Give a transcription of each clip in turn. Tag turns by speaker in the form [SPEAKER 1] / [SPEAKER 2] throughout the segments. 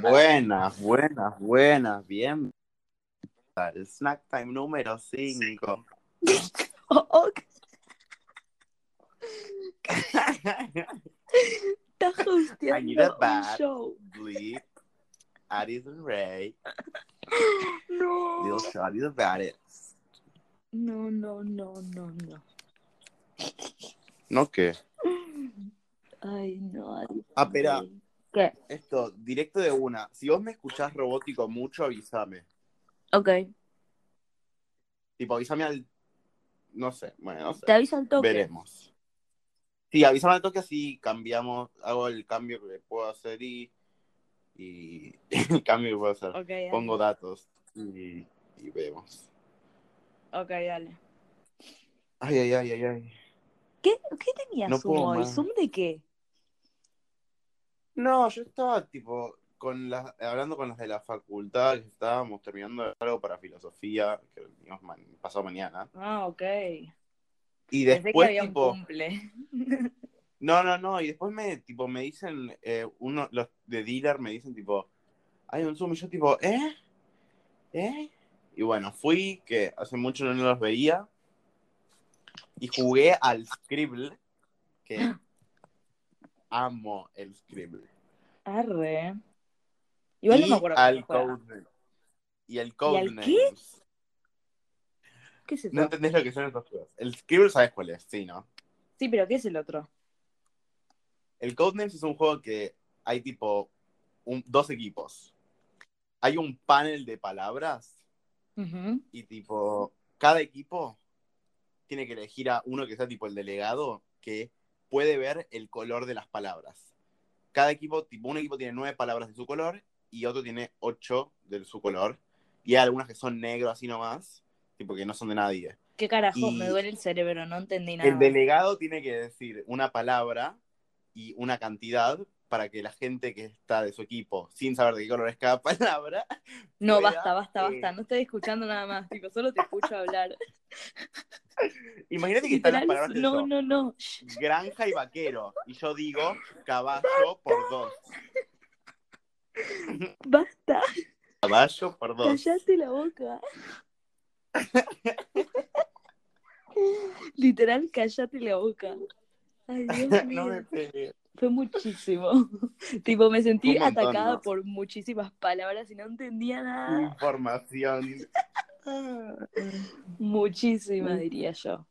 [SPEAKER 1] Buenas, buenas, buenas, bien. El snack time número 5.
[SPEAKER 2] Está
[SPEAKER 1] need a
[SPEAKER 2] hosteando un
[SPEAKER 1] bath.
[SPEAKER 2] show.
[SPEAKER 1] Bleep, Addison Ray,
[SPEAKER 2] No.
[SPEAKER 1] Lil Shotty the Baddest.
[SPEAKER 2] No, no, no, no, no.
[SPEAKER 1] ¿No qué?
[SPEAKER 2] Ay, no. Ari.
[SPEAKER 1] Ah, espera,
[SPEAKER 2] ¿Qué?
[SPEAKER 1] esto, directo de una. Si vos me escuchás robótico mucho, avísame.
[SPEAKER 2] Ok.
[SPEAKER 1] Tipo, avísame al. No sé, bueno, no sé.
[SPEAKER 2] Te aviso al toque.
[SPEAKER 1] Veremos. Sí, avísame al toque así cambiamos, hago el cambio que puedo hacer y. y el cambio que puedo hacer.
[SPEAKER 2] Ok, dale.
[SPEAKER 1] Pongo datos y, y vemos.
[SPEAKER 2] Ok, dale.
[SPEAKER 1] Ay, ay, ay, ay, ay.
[SPEAKER 2] ¿Qué, qué tenía
[SPEAKER 1] No
[SPEAKER 2] Zoom
[SPEAKER 1] puedo
[SPEAKER 2] hoy?
[SPEAKER 1] más.
[SPEAKER 2] ¿Zoom de qué?
[SPEAKER 1] No, yo estaba tipo con las, hablando con las de la facultad, que estábamos terminando algo para filosofía, que lo teníamos man- pasado mañana.
[SPEAKER 2] Ah, ok.
[SPEAKER 1] Y
[SPEAKER 2] Pensé que
[SPEAKER 1] después,
[SPEAKER 2] había
[SPEAKER 1] tipo,
[SPEAKER 2] un cumple.
[SPEAKER 1] no, no, no, y después me, tipo, me dicen, eh, uno, los de dealer me dicen, tipo, hay un Zoom, y yo tipo, ¿eh? ¿Eh? Y bueno, fui, que hace mucho no los veía, y jugué al Scribble, que amo el Scribble.
[SPEAKER 2] Arre. Igual no
[SPEAKER 1] y
[SPEAKER 2] me acuerdo. cómo
[SPEAKER 1] al
[SPEAKER 2] se juega.
[SPEAKER 1] Codename. Y el
[SPEAKER 2] al
[SPEAKER 1] Codenames.
[SPEAKER 2] qué? ¿Qué es eso?
[SPEAKER 1] No entendés lo que son estos juegos. El Scribble sabes cuál es, sí, ¿no?
[SPEAKER 2] Sí, pero ¿qué es el otro?
[SPEAKER 1] El Codenames es un juego que hay tipo un- dos equipos. Hay un panel de palabras
[SPEAKER 2] Ujú.
[SPEAKER 1] y tipo cada equipo tiene que elegir a uno que sea tipo el delegado que puede ver el color de las palabras. Cada equipo, tipo un equipo tiene nueve palabras de su color y otro tiene ocho de su color. Y hay algunas que son negro así nomás, tipo que no son de nadie.
[SPEAKER 2] ¿Qué carajo?
[SPEAKER 1] Y-
[SPEAKER 2] Me duele el cerebro, no entendí nada.
[SPEAKER 1] El delegado tiene que decir una palabra y una cantidad para que la gente que está de su equipo, sin saber de qué color es cada palabra,
[SPEAKER 2] No,
[SPEAKER 1] fuera,
[SPEAKER 2] basta, basta,
[SPEAKER 1] eh,
[SPEAKER 2] basta. No estoy escuchando nada más. Tipo, solo te escucho hablar.
[SPEAKER 1] imagínate que están las
[SPEAKER 2] Literal,
[SPEAKER 1] palabras de
[SPEAKER 2] no,
[SPEAKER 1] eso,
[SPEAKER 2] no, no. Shh,
[SPEAKER 1] granja y vaquero, y yo digo caballo por dos,
[SPEAKER 2] Basta.
[SPEAKER 1] caballo por dos.
[SPEAKER 2] Callate la boca. Literal, callate la boca. Ay, Dios mío.
[SPEAKER 1] No me pegué.
[SPEAKER 2] Fue muchísimo. tipo, me sentí
[SPEAKER 1] Un montón,
[SPEAKER 2] atacada
[SPEAKER 1] ¿no?
[SPEAKER 2] por muchísimas palabras y no entendía nada.
[SPEAKER 1] Información. Mm.
[SPEAKER 2] Muchísimas, diría yo.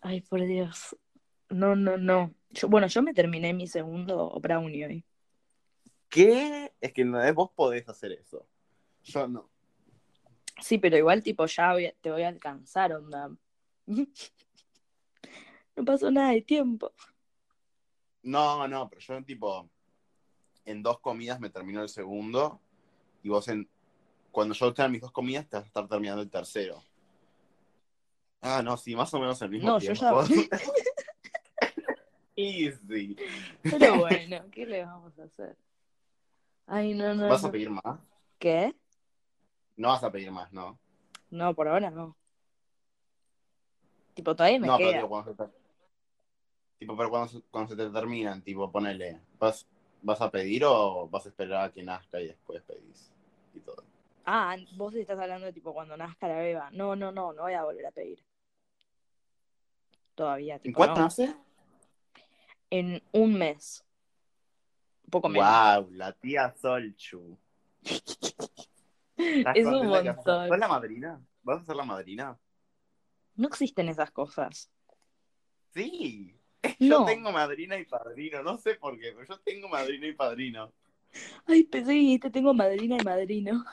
[SPEAKER 2] Ay, por Dios. No, no, no. Yo, bueno, yo me terminé mi segundo brownie hoy.
[SPEAKER 1] ¿Qué? Es que no, vos podés hacer eso. Yo no.
[SPEAKER 2] Sí, pero igual, tipo, ya voy a- te voy a alcanzar, onda. No pasó nada de tiempo.
[SPEAKER 1] No, no, pero yo tipo, en dos comidas me terminó el segundo y vos en, cuando yo tenga mis dos comidas te vas a estar terminando el tercero. Ah, no, sí, más o menos el mismo
[SPEAKER 2] No, yo
[SPEAKER 1] tiempo. Easy.
[SPEAKER 2] Pero bueno, ¿qué le vamos a hacer? Ay, no, no.
[SPEAKER 1] ¿Vas
[SPEAKER 2] no.
[SPEAKER 1] a pedir más?
[SPEAKER 2] ¿Qué?
[SPEAKER 1] No vas a pedir más, ¿no?
[SPEAKER 2] No, por ahora no. Tipo, todavía me
[SPEAKER 1] No, pero
[SPEAKER 2] queda.
[SPEAKER 1] digo, cuando se te... Tipo, pero cuando se, cuando se te terminan, tipo, ponele, ¿vas, ¿vas a pedir o vas a esperar a que nazca y después pedís? Y todo.
[SPEAKER 2] Ah, vos estás hablando de tipo cuando nazca la beba. No, no, no, no voy a volver a pedir. Todavía,
[SPEAKER 1] ¿En
[SPEAKER 2] tipo,
[SPEAKER 1] cuánto
[SPEAKER 2] no.
[SPEAKER 1] nace?
[SPEAKER 2] En un mes. Un poco menos.
[SPEAKER 1] Wow, la tía Solchu. ¿Estás
[SPEAKER 2] Es un
[SPEAKER 1] contenta que vas a-
[SPEAKER 2] montón.
[SPEAKER 1] ¿Sos la madrina? ¿Vas a ser la madrina?
[SPEAKER 2] No existen esas cosas.
[SPEAKER 1] Sí. Yo
[SPEAKER 2] No.
[SPEAKER 1] tengo madrina y padrino, no sé por qué, pero yo tengo madrina y padrino.
[SPEAKER 2] Ay, pensé que dijiste, tengo madrina y madrino.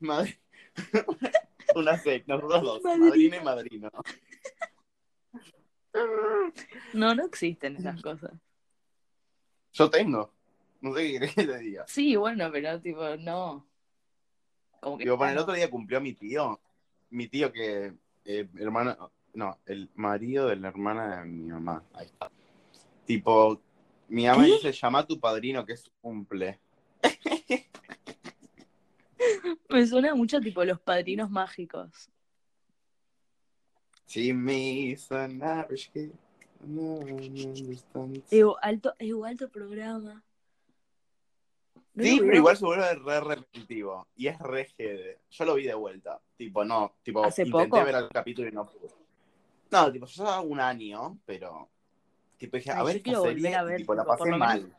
[SPEAKER 1] Madri- Una sec, nosotros dos,
[SPEAKER 2] Madrina.
[SPEAKER 1] madrina y madrino.
[SPEAKER 2] No, no existen esas cosas.
[SPEAKER 1] Yo tengo. No sé qué querés que te diga.
[SPEAKER 2] Sí, bueno, pero tipo, no. Como que.
[SPEAKER 1] Digo, bueno, el otro día cumplió mi tío. Mi tío que eh, hermano, no, el marido de la hermana de mi mamá. Ahí está. Tipo, mi mamá
[SPEAKER 2] ¿Qué?
[SPEAKER 1] dice, llama a tu padrino que es su cumple.
[SPEAKER 2] Me suena mucho tipo los padrinos mágicos.
[SPEAKER 1] Jimmy's an average kid. No one understands.
[SPEAKER 2] Evo, alto, Evo, alto programa.
[SPEAKER 1] Sí, pero igual se vuelve re repetitivo. Y es re jede. Yo lo vi de vuelta. Tipo, no, tipo,
[SPEAKER 2] ¿Hace
[SPEAKER 1] intenté
[SPEAKER 2] poco?
[SPEAKER 1] ver el capítulo y no pude. No, tipo, yo llevaba un año, pero. Tipo, dije,
[SPEAKER 2] Ay,
[SPEAKER 1] a
[SPEAKER 2] yo
[SPEAKER 1] ver esta
[SPEAKER 2] quiero volver
[SPEAKER 1] serie,
[SPEAKER 2] a
[SPEAKER 1] y,
[SPEAKER 2] ver,
[SPEAKER 1] tipo, la
[SPEAKER 2] tipo, por
[SPEAKER 1] pasé
[SPEAKER 2] lo
[SPEAKER 1] mal.
[SPEAKER 2] menos-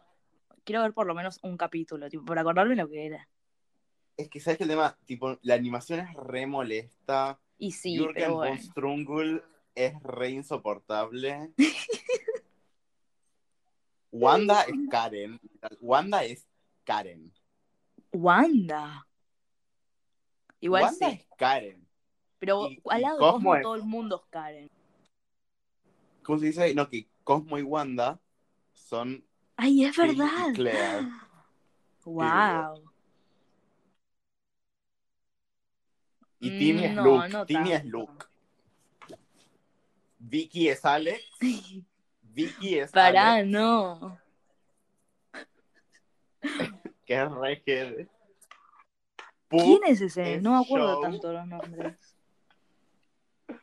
[SPEAKER 2] Quiero ver por lo menos un capítulo, tipo, para acordarme lo que era.
[SPEAKER 1] Es que, ¿sabes qué el tema? Tipo, la animación es re molesta.
[SPEAKER 2] Y sí,
[SPEAKER 1] Jürgen
[SPEAKER 2] pero
[SPEAKER 1] von
[SPEAKER 2] bueno.
[SPEAKER 1] Strungul es re insoportable. Wanda es Karen. Wanda es Karen.
[SPEAKER 2] Wanda. Igual
[SPEAKER 1] Wanda
[SPEAKER 2] sí.
[SPEAKER 1] es Karen.
[SPEAKER 2] Pero
[SPEAKER 1] y-
[SPEAKER 2] al
[SPEAKER 1] y
[SPEAKER 2] lado de Cosmo,
[SPEAKER 1] Cosmo es-
[SPEAKER 2] todo el mundo es Karen.
[SPEAKER 1] ¿Cómo se dice? No, que Cosmo y Wanda son
[SPEAKER 2] Ay, es
[SPEAKER 1] Phil y
[SPEAKER 2] verdad.
[SPEAKER 1] Claire.
[SPEAKER 2] Wow.
[SPEAKER 1] Y Timmy es
[SPEAKER 2] Mm, No,
[SPEAKER 1] Luke.
[SPEAKER 2] no
[SPEAKER 1] Timmy es
[SPEAKER 2] tanto.
[SPEAKER 1] Luke. Vicky es Alex. Vicky es
[SPEAKER 2] Pará,
[SPEAKER 1] Alex,
[SPEAKER 2] no.
[SPEAKER 1] que es re jede.
[SPEAKER 2] ¿Quién
[SPEAKER 1] Puck
[SPEAKER 2] es ese?
[SPEAKER 1] es
[SPEAKER 2] no me acuerdo
[SPEAKER 1] Joe.
[SPEAKER 2] tanto los nombres.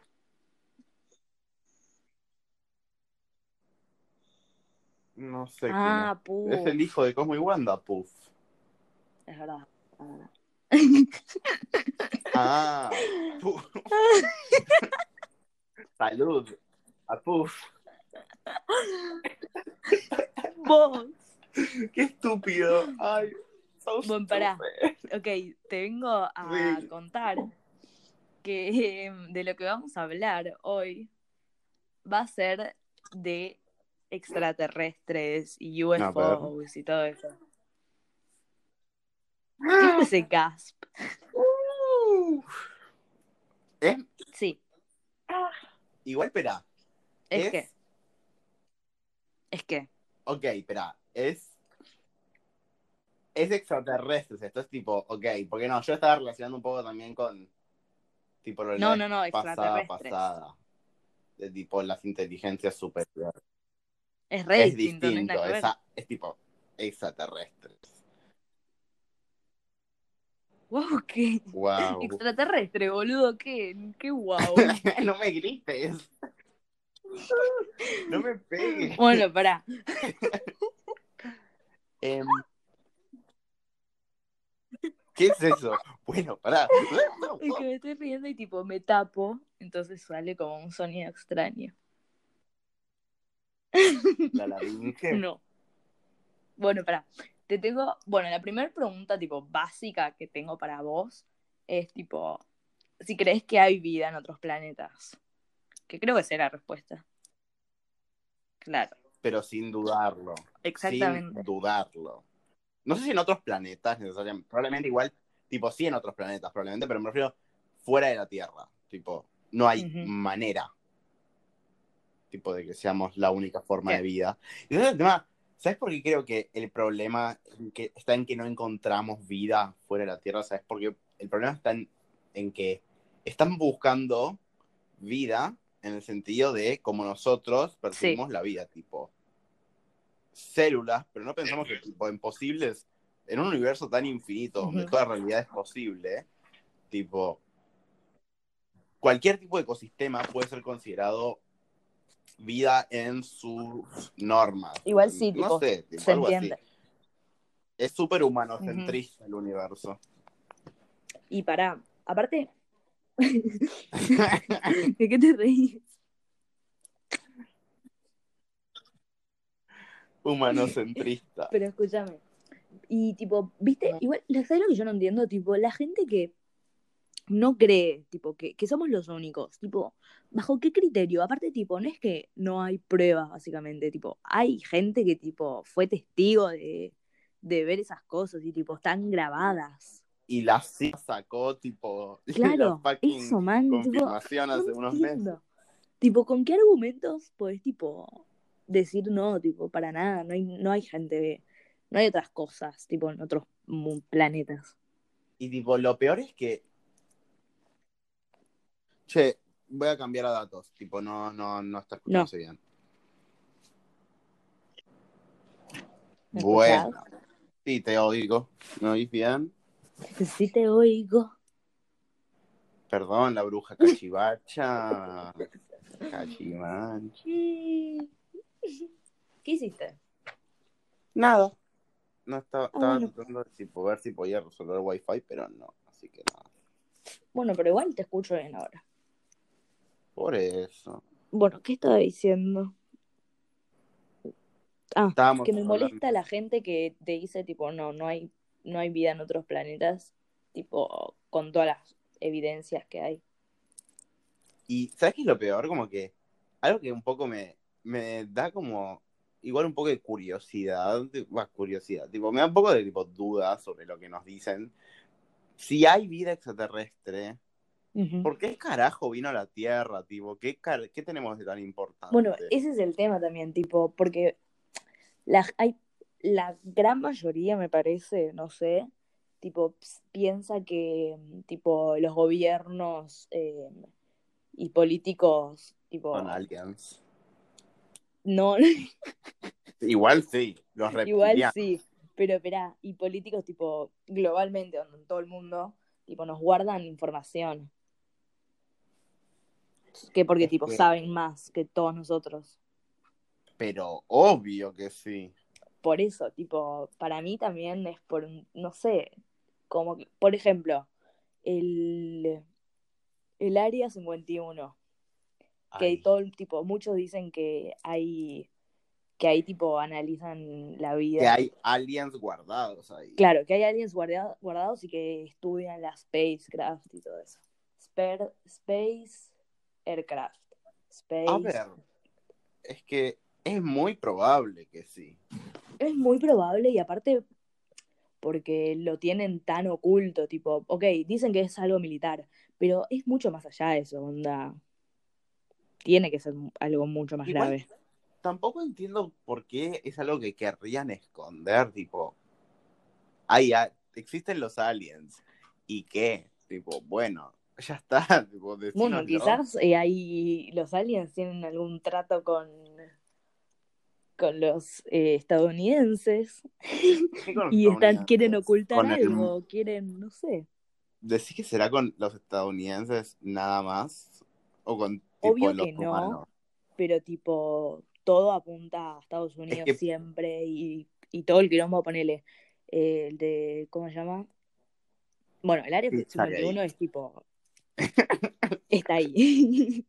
[SPEAKER 1] No sé
[SPEAKER 2] ah,
[SPEAKER 1] quién
[SPEAKER 2] puff.
[SPEAKER 1] es. Es el hijo de Cosmo y Wanda, Puff.
[SPEAKER 2] Es verdad.
[SPEAKER 1] Ah, Puff. Salud. Ah, A Puff.
[SPEAKER 2] Vos.
[SPEAKER 1] Qué estúpido. Ay, so
[SPEAKER 2] Bueno, pará.
[SPEAKER 1] stupid.
[SPEAKER 2] Ok, te vengo a
[SPEAKER 1] Sí.
[SPEAKER 2] contar que eh, de lo que vamos a hablar hoy va a ser de extraterrestres y
[SPEAKER 1] ver.
[SPEAKER 2] UFOs y todo eso. ¿Qué fue ese gasp?
[SPEAKER 1] Uh. Es-
[SPEAKER 2] Sí,
[SPEAKER 1] Igual, espera.
[SPEAKER 2] es, que, es que,
[SPEAKER 1] Ok, espera, es. Es extraterrestres, esto es tipo, ok, porque no, yo estaba relacionando un poco también con. Tipo, lo de
[SPEAKER 2] no,
[SPEAKER 1] la
[SPEAKER 2] no, no,
[SPEAKER 1] vez pasada,
[SPEAKER 2] extraterrestres.
[SPEAKER 1] pasada. De tipo, las inteligencias superiores.
[SPEAKER 2] Es re
[SPEAKER 1] Es
[SPEAKER 2] distinto, no hay
[SPEAKER 1] distinto,
[SPEAKER 2] nada que ver.
[SPEAKER 1] es, a- es tipo, extraterrestres.
[SPEAKER 2] Wow, qué
[SPEAKER 1] Wow.
[SPEAKER 2] extraterrestre, boludo, qué, qué guau.
[SPEAKER 1] no me grites. no me pegues.
[SPEAKER 2] bueno, pará.
[SPEAKER 1] Em, ¿Qué es eso? Bueno, pará.
[SPEAKER 2] Es que me estoy riendo y tipo me tapo, entonces sale como un sonido extraño.
[SPEAKER 1] La laringe.
[SPEAKER 2] No. Bueno, pará. Te tengo, bueno, la primera pregunta tipo básica que tengo para vos es tipo, si crees que hay vida en otros planetas, que creo que será la respuesta. Claro,
[SPEAKER 1] Pero sin dudarlo.
[SPEAKER 2] exactamente.
[SPEAKER 1] Sin dudarlo. No sé si en otros planetas necesariamente. Probablemente igual, tipo sí en otros planetas, probablemente, pero me refiero fuera de la Tierra. Tipo, no hay
[SPEAKER 2] Ujú.
[SPEAKER 1] manera. Tipo, de que seamos la única forma
[SPEAKER 2] Sí.
[SPEAKER 1] de vida. Y ese es el tema. ¿Sabes por qué creo que el problema en que está en que no encontramos vida fuera de la Tierra? ¿Sabes por qué? El problema está en, en que están buscando vida en el sentido de como nosotros percibimos la vida, tipo células, pero no pensamos que tipo en posibles, en un universo tan infinito donde
[SPEAKER 2] Ujú.
[SPEAKER 1] toda realidad es posible, tipo cualquier tipo de ecosistema puede ser considerado vida en sus normas.
[SPEAKER 2] Igual sí,
[SPEAKER 1] no
[SPEAKER 2] tipo,
[SPEAKER 1] sé, tipo,
[SPEAKER 2] Se
[SPEAKER 1] algo así.
[SPEAKER 2] entiende.
[SPEAKER 1] Es súper humanocentrista el universo.
[SPEAKER 2] Y pará, aparte, ¿de qué te reís?
[SPEAKER 1] humanocentrista.
[SPEAKER 2] Pero escúchame. Y tipo, viste, igual, ¿sabes lo que yo no entiendo? Tipo, la gente que no cree, tipo, que, que somos los únicos, tipo, ¿bajo qué criterio? Aparte, tipo, no es que no hay pruebas, básicamente, tipo, hay gente que, tipo, fue testigo de, de ver esas cosas y, tipo, están grabadas.
[SPEAKER 1] Y la CIA sacó tipo
[SPEAKER 2] Claro,
[SPEAKER 1] la fucking
[SPEAKER 2] eso, man, tipo,
[SPEAKER 1] confirmación
[SPEAKER 2] no
[SPEAKER 1] hace unos
[SPEAKER 2] entiendo.
[SPEAKER 1] meses.
[SPEAKER 2] Tipo, ¿con qué argumentos podés, tipo, decir no, tipo, para nada? No hay, no hay gente, no hay otras cosas, tipo, en otros mu- planetas.
[SPEAKER 1] Y tipo, lo peor es que. Che, voy a cambiar a datos. Tipo, no, no, no está escuchándose bien.
[SPEAKER 2] ¿Me
[SPEAKER 1] Bueno. Sí, te oigo. ¿Me oís bien?
[SPEAKER 2] Sí te oigo.
[SPEAKER 1] Perdón, la bruja cachivacha. Cachivacha.
[SPEAKER 2] ¿Qué hiciste?
[SPEAKER 1] Nada. no estaba,
[SPEAKER 2] Ah,
[SPEAKER 1] estaba
[SPEAKER 2] bueno.
[SPEAKER 1] tratando de tipo, ver si podía resolver Wi-Fi, pero no. Así que nada.
[SPEAKER 2] Bueno, pero igual te escucho bien ahora.
[SPEAKER 1] Por eso.
[SPEAKER 2] Bueno, ¿qué estaba diciendo? Ah,
[SPEAKER 1] Estábamos
[SPEAKER 2] que me
[SPEAKER 1] hablando-
[SPEAKER 2] molesta la gente que te dice, tipo, no, no hay, no hay vida en otros planetas, tipo, con todas las evidencias que hay.
[SPEAKER 1] Y ¿sabes qué es lo peor? Como que algo que un poco me, me da como igual un poco de curiosidad, más curiosidad, tipo, me da un poco de tipo duda sobre lo que nos dicen. Si hay vida extraterrestre, ¿por qué carajo vino a la Tierra, tipo? ¿Qué, car- qué tenemos de tan importante?
[SPEAKER 2] Bueno, ese es el tema también, tipo, porque la, hay, la gran mayoría, me parece, no sé, tipo, ps- piensa que, mm, tipo, los gobiernos eh, y políticos, tipo,
[SPEAKER 1] Son aliens.
[SPEAKER 2] no,
[SPEAKER 1] Igual sí, los reptilianos.
[SPEAKER 2] igual sí, pero espera, y políticos, tipo, globalmente, donde en todo el mundo, tipo, nos guardan información. Que porque,
[SPEAKER 1] Es
[SPEAKER 2] tipo,
[SPEAKER 1] que-
[SPEAKER 2] saben más que todos nosotros.
[SPEAKER 1] Pero obvio que sí.
[SPEAKER 2] por eso, tipo, para mí también es por, un- no sé, como, que- por ejemplo, el, el Área 51, que
[SPEAKER 1] Ay,
[SPEAKER 2] todo el tipo, muchos dicen que hay, que ahí tipo analizan la vida.
[SPEAKER 1] que hay aliens guardados ahí.
[SPEAKER 2] Claro, que hay aliens guardia- guardados y que estudian la spacecraft y todo eso. Sper- space aircraft.
[SPEAKER 1] Ah,
[SPEAKER 2] Space.
[SPEAKER 1] A ver, es que es muy probable que sí.
[SPEAKER 2] Es muy probable y aparte porque lo tienen tan oculto, tipo, ok, dicen que es algo militar, pero es mucho más allá de eso, onda. Tiene que ser algo mucho más
[SPEAKER 1] Igual-
[SPEAKER 2] grave.
[SPEAKER 1] Tampoco entiendo por qué es algo que querrían esconder, tipo, hay, a- existen los aliens, ¿y qué? Tipo, bueno, ya está,
[SPEAKER 2] Bueno,
[SPEAKER 1] tipo, decínoslo.
[SPEAKER 2] quizás eh, ahí los aliens tienen algún trato con, con los eh, estadounidenses
[SPEAKER 1] ¿Qué con los
[SPEAKER 2] y están,
[SPEAKER 1] estadounidenses?
[SPEAKER 2] quieren ocultar
[SPEAKER 1] Con el-
[SPEAKER 2] algo, quieren, no sé.
[SPEAKER 1] ¿Decís que será con los estadounidenses nada más? ¿O con, tipo,
[SPEAKER 2] Obvio
[SPEAKER 1] los
[SPEAKER 2] que no.
[SPEAKER 1] humanos?
[SPEAKER 2] pero tipo, todo apunta a Estados Unidos
[SPEAKER 1] que-
[SPEAKER 2] siempre y, y todo el quilombo, ponele, eh, el de, ¿cómo se llama? Bueno, el área
[SPEAKER 1] Sí, sale
[SPEAKER 2] 51 es tipo, está ahí.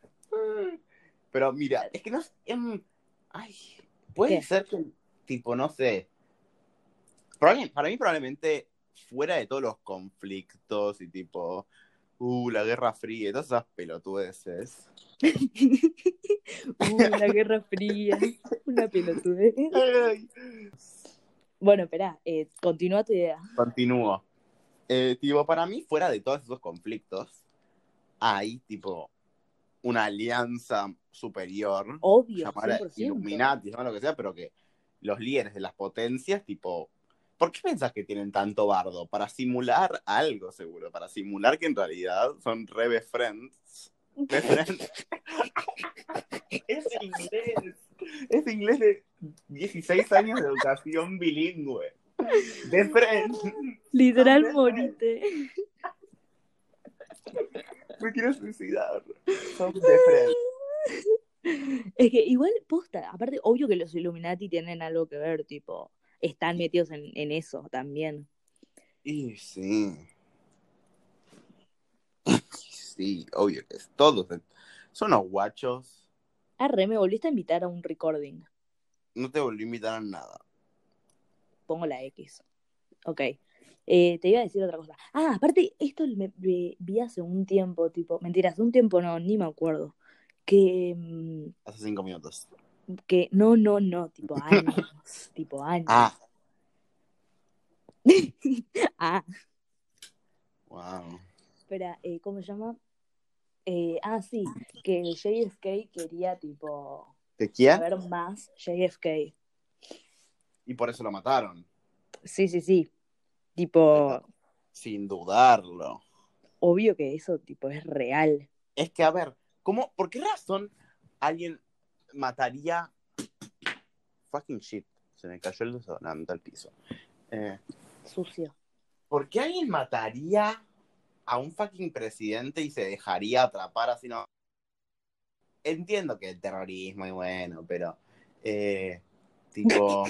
[SPEAKER 1] Pero mira, es que no sé, em, ay, puede
[SPEAKER 2] ¿Qué?
[SPEAKER 1] ser que, tipo, no sé. probable- para mí, probablemente, fuera de todos los conflictos y tipo, uh, la Guerra Fría y todas esas pelotudeces.
[SPEAKER 2] Uh, la Guerra Fría, una pelotudez.
[SPEAKER 1] Ay,
[SPEAKER 2] Bueno, espera, eh, continúa tu idea.
[SPEAKER 1] Continúo. Eh, tipo, para mí, fuera de todos esos conflictos, hay, tipo, una alianza superior.
[SPEAKER 2] Obvio,
[SPEAKER 1] llamar
[SPEAKER 2] 100%.
[SPEAKER 1] Illuminati, llamar lo que sea, pero que los líderes de las potencias, tipo, ¿por qué pensás que tienen tanto bardo? Para simular algo, seguro, para simular que en realidad son re best friends. Best friends. es inglés. Es inglés de 16 años de educación bilingüe. Best friends.
[SPEAKER 2] Literal morite.
[SPEAKER 1] Me quiero suicidar. Son best friends.
[SPEAKER 2] Es que igual posta, aparte, obvio que los Illuminati tienen algo que ver, tipo, están metidos en, en eso también.
[SPEAKER 1] Y sí. Sí, obvio que es. Todos son unos guachos.
[SPEAKER 2] Arre, me volviste a invitar a un recording.
[SPEAKER 1] No te volví a invitar a nada.
[SPEAKER 2] Pongo la X. Ok. Eh, te iba a decir otra cosa. Ah, aparte, esto me, me- vi hace un tiempo, tipo, mentira, hace un tiempo no, ni me acuerdo. Que, mm,
[SPEAKER 1] Hace cinco minutos.
[SPEAKER 2] que no, no, no, tipo años, tipo años.
[SPEAKER 1] Ah,
[SPEAKER 2] Ah,
[SPEAKER 1] wow.
[SPEAKER 2] espera, eh, ¿cómo se llama? Eh, ah, sí, que JFK quería, tipo,
[SPEAKER 1] ¿De quién?
[SPEAKER 2] saber más JFK.
[SPEAKER 1] Y por eso lo mataron.
[SPEAKER 2] Sí, sí, sí. Tipo,
[SPEAKER 1] Sin dudarlo.
[SPEAKER 2] obvio que eso, tipo, es real.
[SPEAKER 1] Es que, a ver, ¿cómo, ¿por qué razón alguien mataría. Fucking shit. Se me cayó el desodorante al piso. Eh,
[SPEAKER 2] Sucio.
[SPEAKER 1] ¿Por qué alguien mataría a un fucking presidente y se dejaría atrapar así? No. Entiendo que el terrorismo y bueno, pero. eh, Tipo.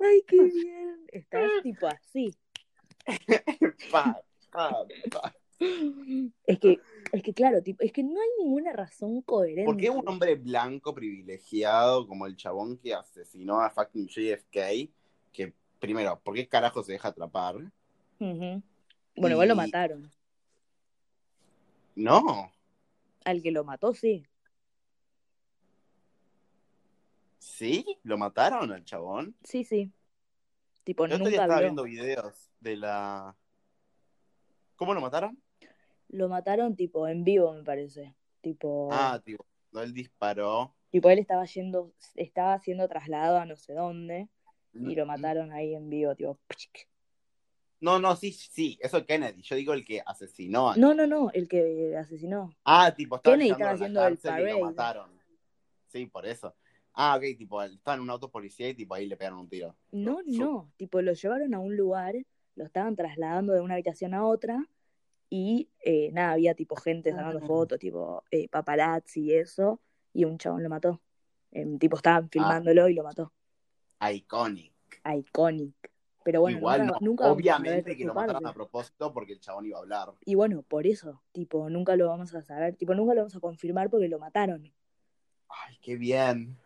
[SPEAKER 2] Ay, qué bien. Estás tipo así.
[SPEAKER 1] pa, pa, pa.
[SPEAKER 2] Es que, es que claro, tipo, es que no hay ninguna razón coherente.
[SPEAKER 1] ¿Por qué un hombre blanco privilegiado como el chabón que asesinó a fucking JFK? Que primero, ¿por qué carajo se deja atrapar?
[SPEAKER 2] Ujú. Bueno, igual lo
[SPEAKER 1] Y-
[SPEAKER 2] mataron.
[SPEAKER 1] No.
[SPEAKER 2] Al que lo mató, sí.
[SPEAKER 1] ¿Sí? ¿Lo mataron al chabón?
[SPEAKER 2] Sí, sí. Tipo,
[SPEAKER 1] Yo otro día
[SPEAKER 2] nunca
[SPEAKER 1] estaba
[SPEAKER 2] habló.
[SPEAKER 1] viendo videos de la. ¿Cómo lo mataron?
[SPEAKER 2] Lo mataron, tipo, en vivo, me parece. Tipo,
[SPEAKER 1] Ah, tipo, no, él disparó.
[SPEAKER 2] tipo, él estaba yendo, estaba siendo trasladado a no sé dónde. Y
[SPEAKER 1] Mm.
[SPEAKER 2] lo mataron ahí en vivo, tipo. pchic.
[SPEAKER 1] No, no, sí, sí, eso Kennedy. Yo digo el que asesinó. a-
[SPEAKER 2] No, no, no, el que asesinó.
[SPEAKER 1] Ah, tipo, estaba
[SPEAKER 2] Kennedy
[SPEAKER 1] llegando
[SPEAKER 2] estaba
[SPEAKER 1] a la
[SPEAKER 2] haciendo el
[SPEAKER 1] cárcel y lo
[SPEAKER 2] parade.
[SPEAKER 1] mataron. Sí, por eso. Ah, ok, tipo, él estaba en un auto policía y tipo ahí le pegaron un tiro.
[SPEAKER 2] No,
[SPEAKER 1] Fu-
[SPEAKER 2] no, tipo, lo llevaron a un lugar, lo estaban trasladando de una habitación a otra. Y eh, nada, había tipo gente sacando
[SPEAKER 1] Ah.
[SPEAKER 2] fotos, tipo eh, paparazzi y eso. Y un chabón lo mató. Em, tipo,
[SPEAKER 1] Ah.
[SPEAKER 2] estaban filmándolo y lo mató.
[SPEAKER 1] Iconic.
[SPEAKER 2] Iconic. Pero bueno,
[SPEAKER 1] Igual,
[SPEAKER 2] nunca,
[SPEAKER 1] no,
[SPEAKER 2] nunca vamos a
[SPEAKER 1] obviamente
[SPEAKER 2] saber
[SPEAKER 1] que
[SPEAKER 2] su
[SPEAKER 1] lo mataron
[SPEAKER 2] parte.
[SPEAKER 1] a propósito porque el chabón iba a hablar.
[SPEAKER 2] Y bueno, por eso, tipo, nunca lo vamos a saber, tipo, nunca lo vamos a confirmar porque lo mataron.
[SPEAKER 1] Ay, qué bien.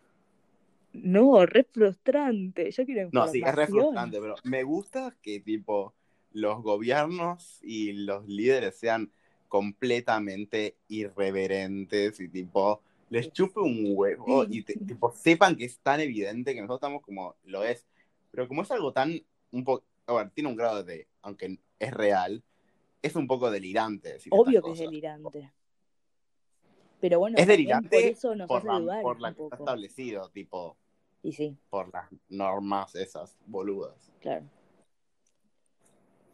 [SPEAKER 2] No, re frustrante. Yo quiero
[SPEAKER 1] No, sí, es re
[SPEAKER 2] información.
[SPEAKER 1] frustrante, pero me gusta que tipo los gobiernos y los líderes sean completamente irreverentes y tipo les chupe un huevo y te- tipo sepan que es tan evidente que nosotros estamos como lo es, pero como es algo tan un poco, a ver, tiene un grado de, aunque es real, es un poco delirante. decir
[SPEAKER 2] Obvio
[SPEAKER 1] estas
[SPEAKER 2] que es
[SPEAKER 1] cosas.
[SPEAKER 2] delirante. Pero bueno,
[SPEAKER 1] Es
[SPEAKER 2] también
[SPEAKER 1] delirante
[SPEAKER 2] por eso nos
[SPEAKER 1] por
[SPEAKER 2] hace
[SPEAKER 1] la,
[SPEAKER 2] dudar
[SPEAKER 1] por la
[SPEAKER 2] un
[SPEAKER 1] que está
[SPEAKER 2] poco.
[SPEAKER 1] establecido, tipo
[SPEAKER 2] Y sí,
[SPEAKER 1] por las normas esas boludas.
[SPEAKER 2] claro.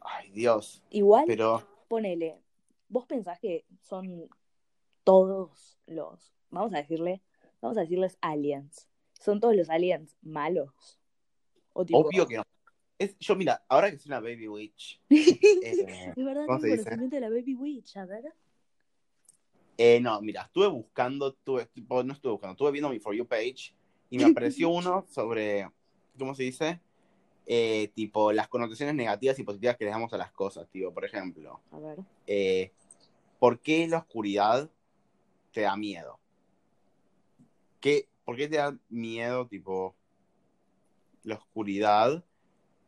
[SPEAKER 1] Ay, Dios,
[SPEAKER 2] Igual,
[SPEAKER 1] pero
[SPEAKER 2] ponele, vos pensás que son todos los, vamos a decirle, vamos a decirles aliens. ¿Son todos los aliens malos? O tipo,
[SPEAKER 1] Obvio que no. Es, yo, mira, ahora que soy una baby witch, eh,
[SPEAKER 2] Es verdad,
[SPEAKER 1] ¿Cómo
[SPEAKER 2] tengo
[SPEAKER 1] se dice?
[SPEAKER 2] conocimiento de la Baby Witch, a ver.
[SPEAKER 1] eh, no, mira, estuve buscando, estuve, tipo, no estuve buscando, estuve viendo mi For You page y me apareció uno sobre, ¿cómo se dice? Eh, tipo, las connotaciones negativas y positivas que le damos a las cosas, tío. Por ejemplo,
[SPEAKER 2] A ver.
[SPEAKER 1] eh, ¿por qué la oscuridad te da miedo? ¿Qué, ¿Por qué te da miedo, tipo, la oscuridad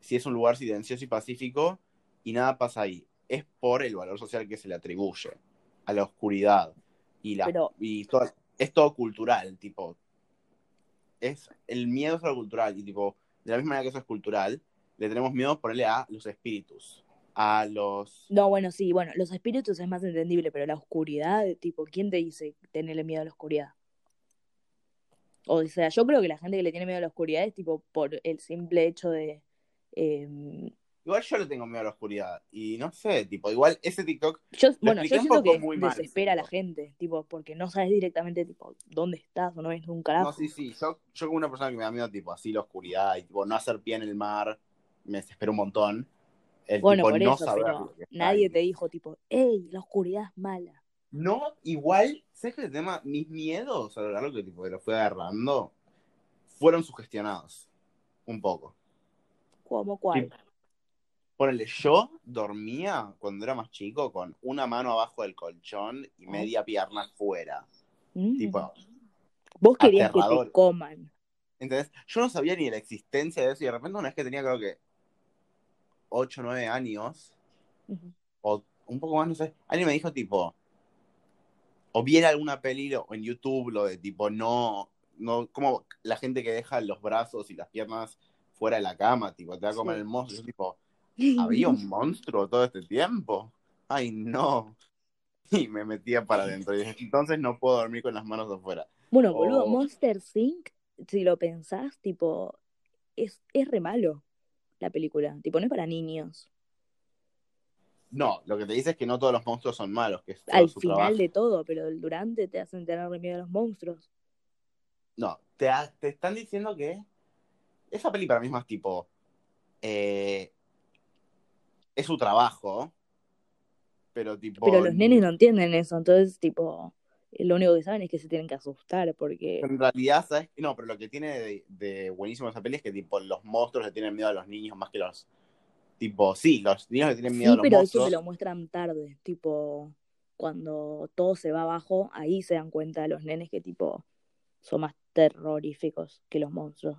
[SPEAKER 1] si es un lugar silencioso y pacífico y nada pasa ahí? Es por el valor social que se le atribuye a la oscuridad. Y, la,
[SPEAKER 2] Pero-
[SPEAKER 1] y todo- es todo cultural, tipo. Es, el miedo es algo cultural y, tipo, de la misma manera que eso es cultural, le tenemos miedo ponerle a los espíritus, a los.
[SPEAKER 2] No, bueno, sí, bueno, los espíritus es más entendible, pero la oscuridad, tipo, ¿quién te dice tenerle miedo a la oscuridad? O sea, yo creo que la gente que le tiene miedo a la oscuridad es tipo por el simple hecho de... eh,
[SPEAKER 1] Igual yo le tengo miedo a la oscuridad y no sé, tipo, igual ese TikTok
[SPEAKER 2] yo, bueno,
[SPEAKER 1] expliqué
[SPEAKER 2] yo
[SPEAKER 1] un
[SPEAKER 2] siento
[SPEAKER 1] poco
[SPEAKER 2] que
[SPEAKER 1] muy mal,
[SPEAKER 2] desespera a la
[SPEAKER 1] siento.
[SPEAKER 2] gente, tipo, porque no sabes directamente, tipo, dónde estás o no ves un carajo.
[SPEAKER 1] No, sí, sí. Yo, yo como una persona que me da miedo, tipo, así la oscuridad y tipo, no hacer pie en el mar, me desespero un montón. El
[SPEAKER 2] bueno,
[SPEAKER 1] tipo
[SPEAKER 2] por
[SPEAKER 1] no
[SPEAKER 2] eso,
[SPEAKER 1] saber
[SPEAKER 2] pero
[SPEAKER 1] lo que está
[SPEAKER 2] nadie
[SPEAKER 1] ahí.
[SPEAKER 2] te dijo, tipo, hey, la oscuridad es mala.
[SPEAKER 1] No, igual, ¿sabes qué es el tema? Mis miedos a lo largo que tipo, que lo fui agarrando fueron sugestionados. Un poco.
[SPEAKER 2] ¿Cómo cuál?
[SPEAKER 1] Ponele, yo dormía cuando era más chico con una mano abajo del colchón
[SPEAKER 2] Ah.
[SPEAKER 1] y media pierna afuera.
[SPEAKER 2] Mm.
[SPEAKER 1] Tipo,
[SPEAKER 2] Vos querías que
[SPEAKER 1] aterrador.
[SPEAKER 2] te coman.
[SPEAKER 1] Entonces, yo no sabía ni de la existencia de eso y de repente una vez que tenía creo que 8 o 9 años,
[SPEAKER 2] Ujú.
[SPEAKER 1] o un poco más, no sé, alguien me dijo tipo, o viera alguna peli o en YouTube lo de tipo, no, no, como la gente que deja los brazos y las piernas fuera de la cama, tipo, te va a comer
[SPEAKER 2] Sí.
[SPEAKER 1] el monstruo, Yo, tipo, había un monstruo todo este tiempo, ay no, y me metía para adentro, y dije, entonces no puedo dormir con las manos afuera.
[SPEAKER 2] Bueno, boludo,
[SPEAKER 1] O-
[SPEAKER 2] Monster Inc., si lo pensás, tipo, es, es re malo la película. Tipo, no es para niños.
[SPEAKER 1] No, lo que te dice es que no todos los monstruos son malos, que es todo
[SPEAKER 2] Al
[SPEAKER 1] su
[SPEAKER 2] final
[SPEAKER 1] trabajo.
[SPEAKER 2] de todo, pero el durante te hacen tener re miedo a los monstruos.
[SPEAKER 1] No, te, ha- te están diciendo que esa peli para mí es más tipo, eh, es su trabajo, pero tipo...
[SPEAKER 2] Pero los nenes no entienden eso, entonces, tipo, lo único que saben es que se tienen que asustar porque...
[SPEAKER 1] En realidad, ¿sabes? No, pero lo que tiene de, de buenísimo esa peli es que, tipo, los monstruos le tienen miedo a los niños más que los. Tipo, sí, los niños le tienen
[SPEAKER 2] Sí,
[SPEAKER 1] miedo a los
[SPEAKER 2] pero eso
[SPEAKER 1] monstruos.
[SPEAKER 2] te lo muestran tarde, tipo, cuando todo se va abajo, ahí se dan cuenta de los nenes que, tipo, son más terroríficos que los monstruos.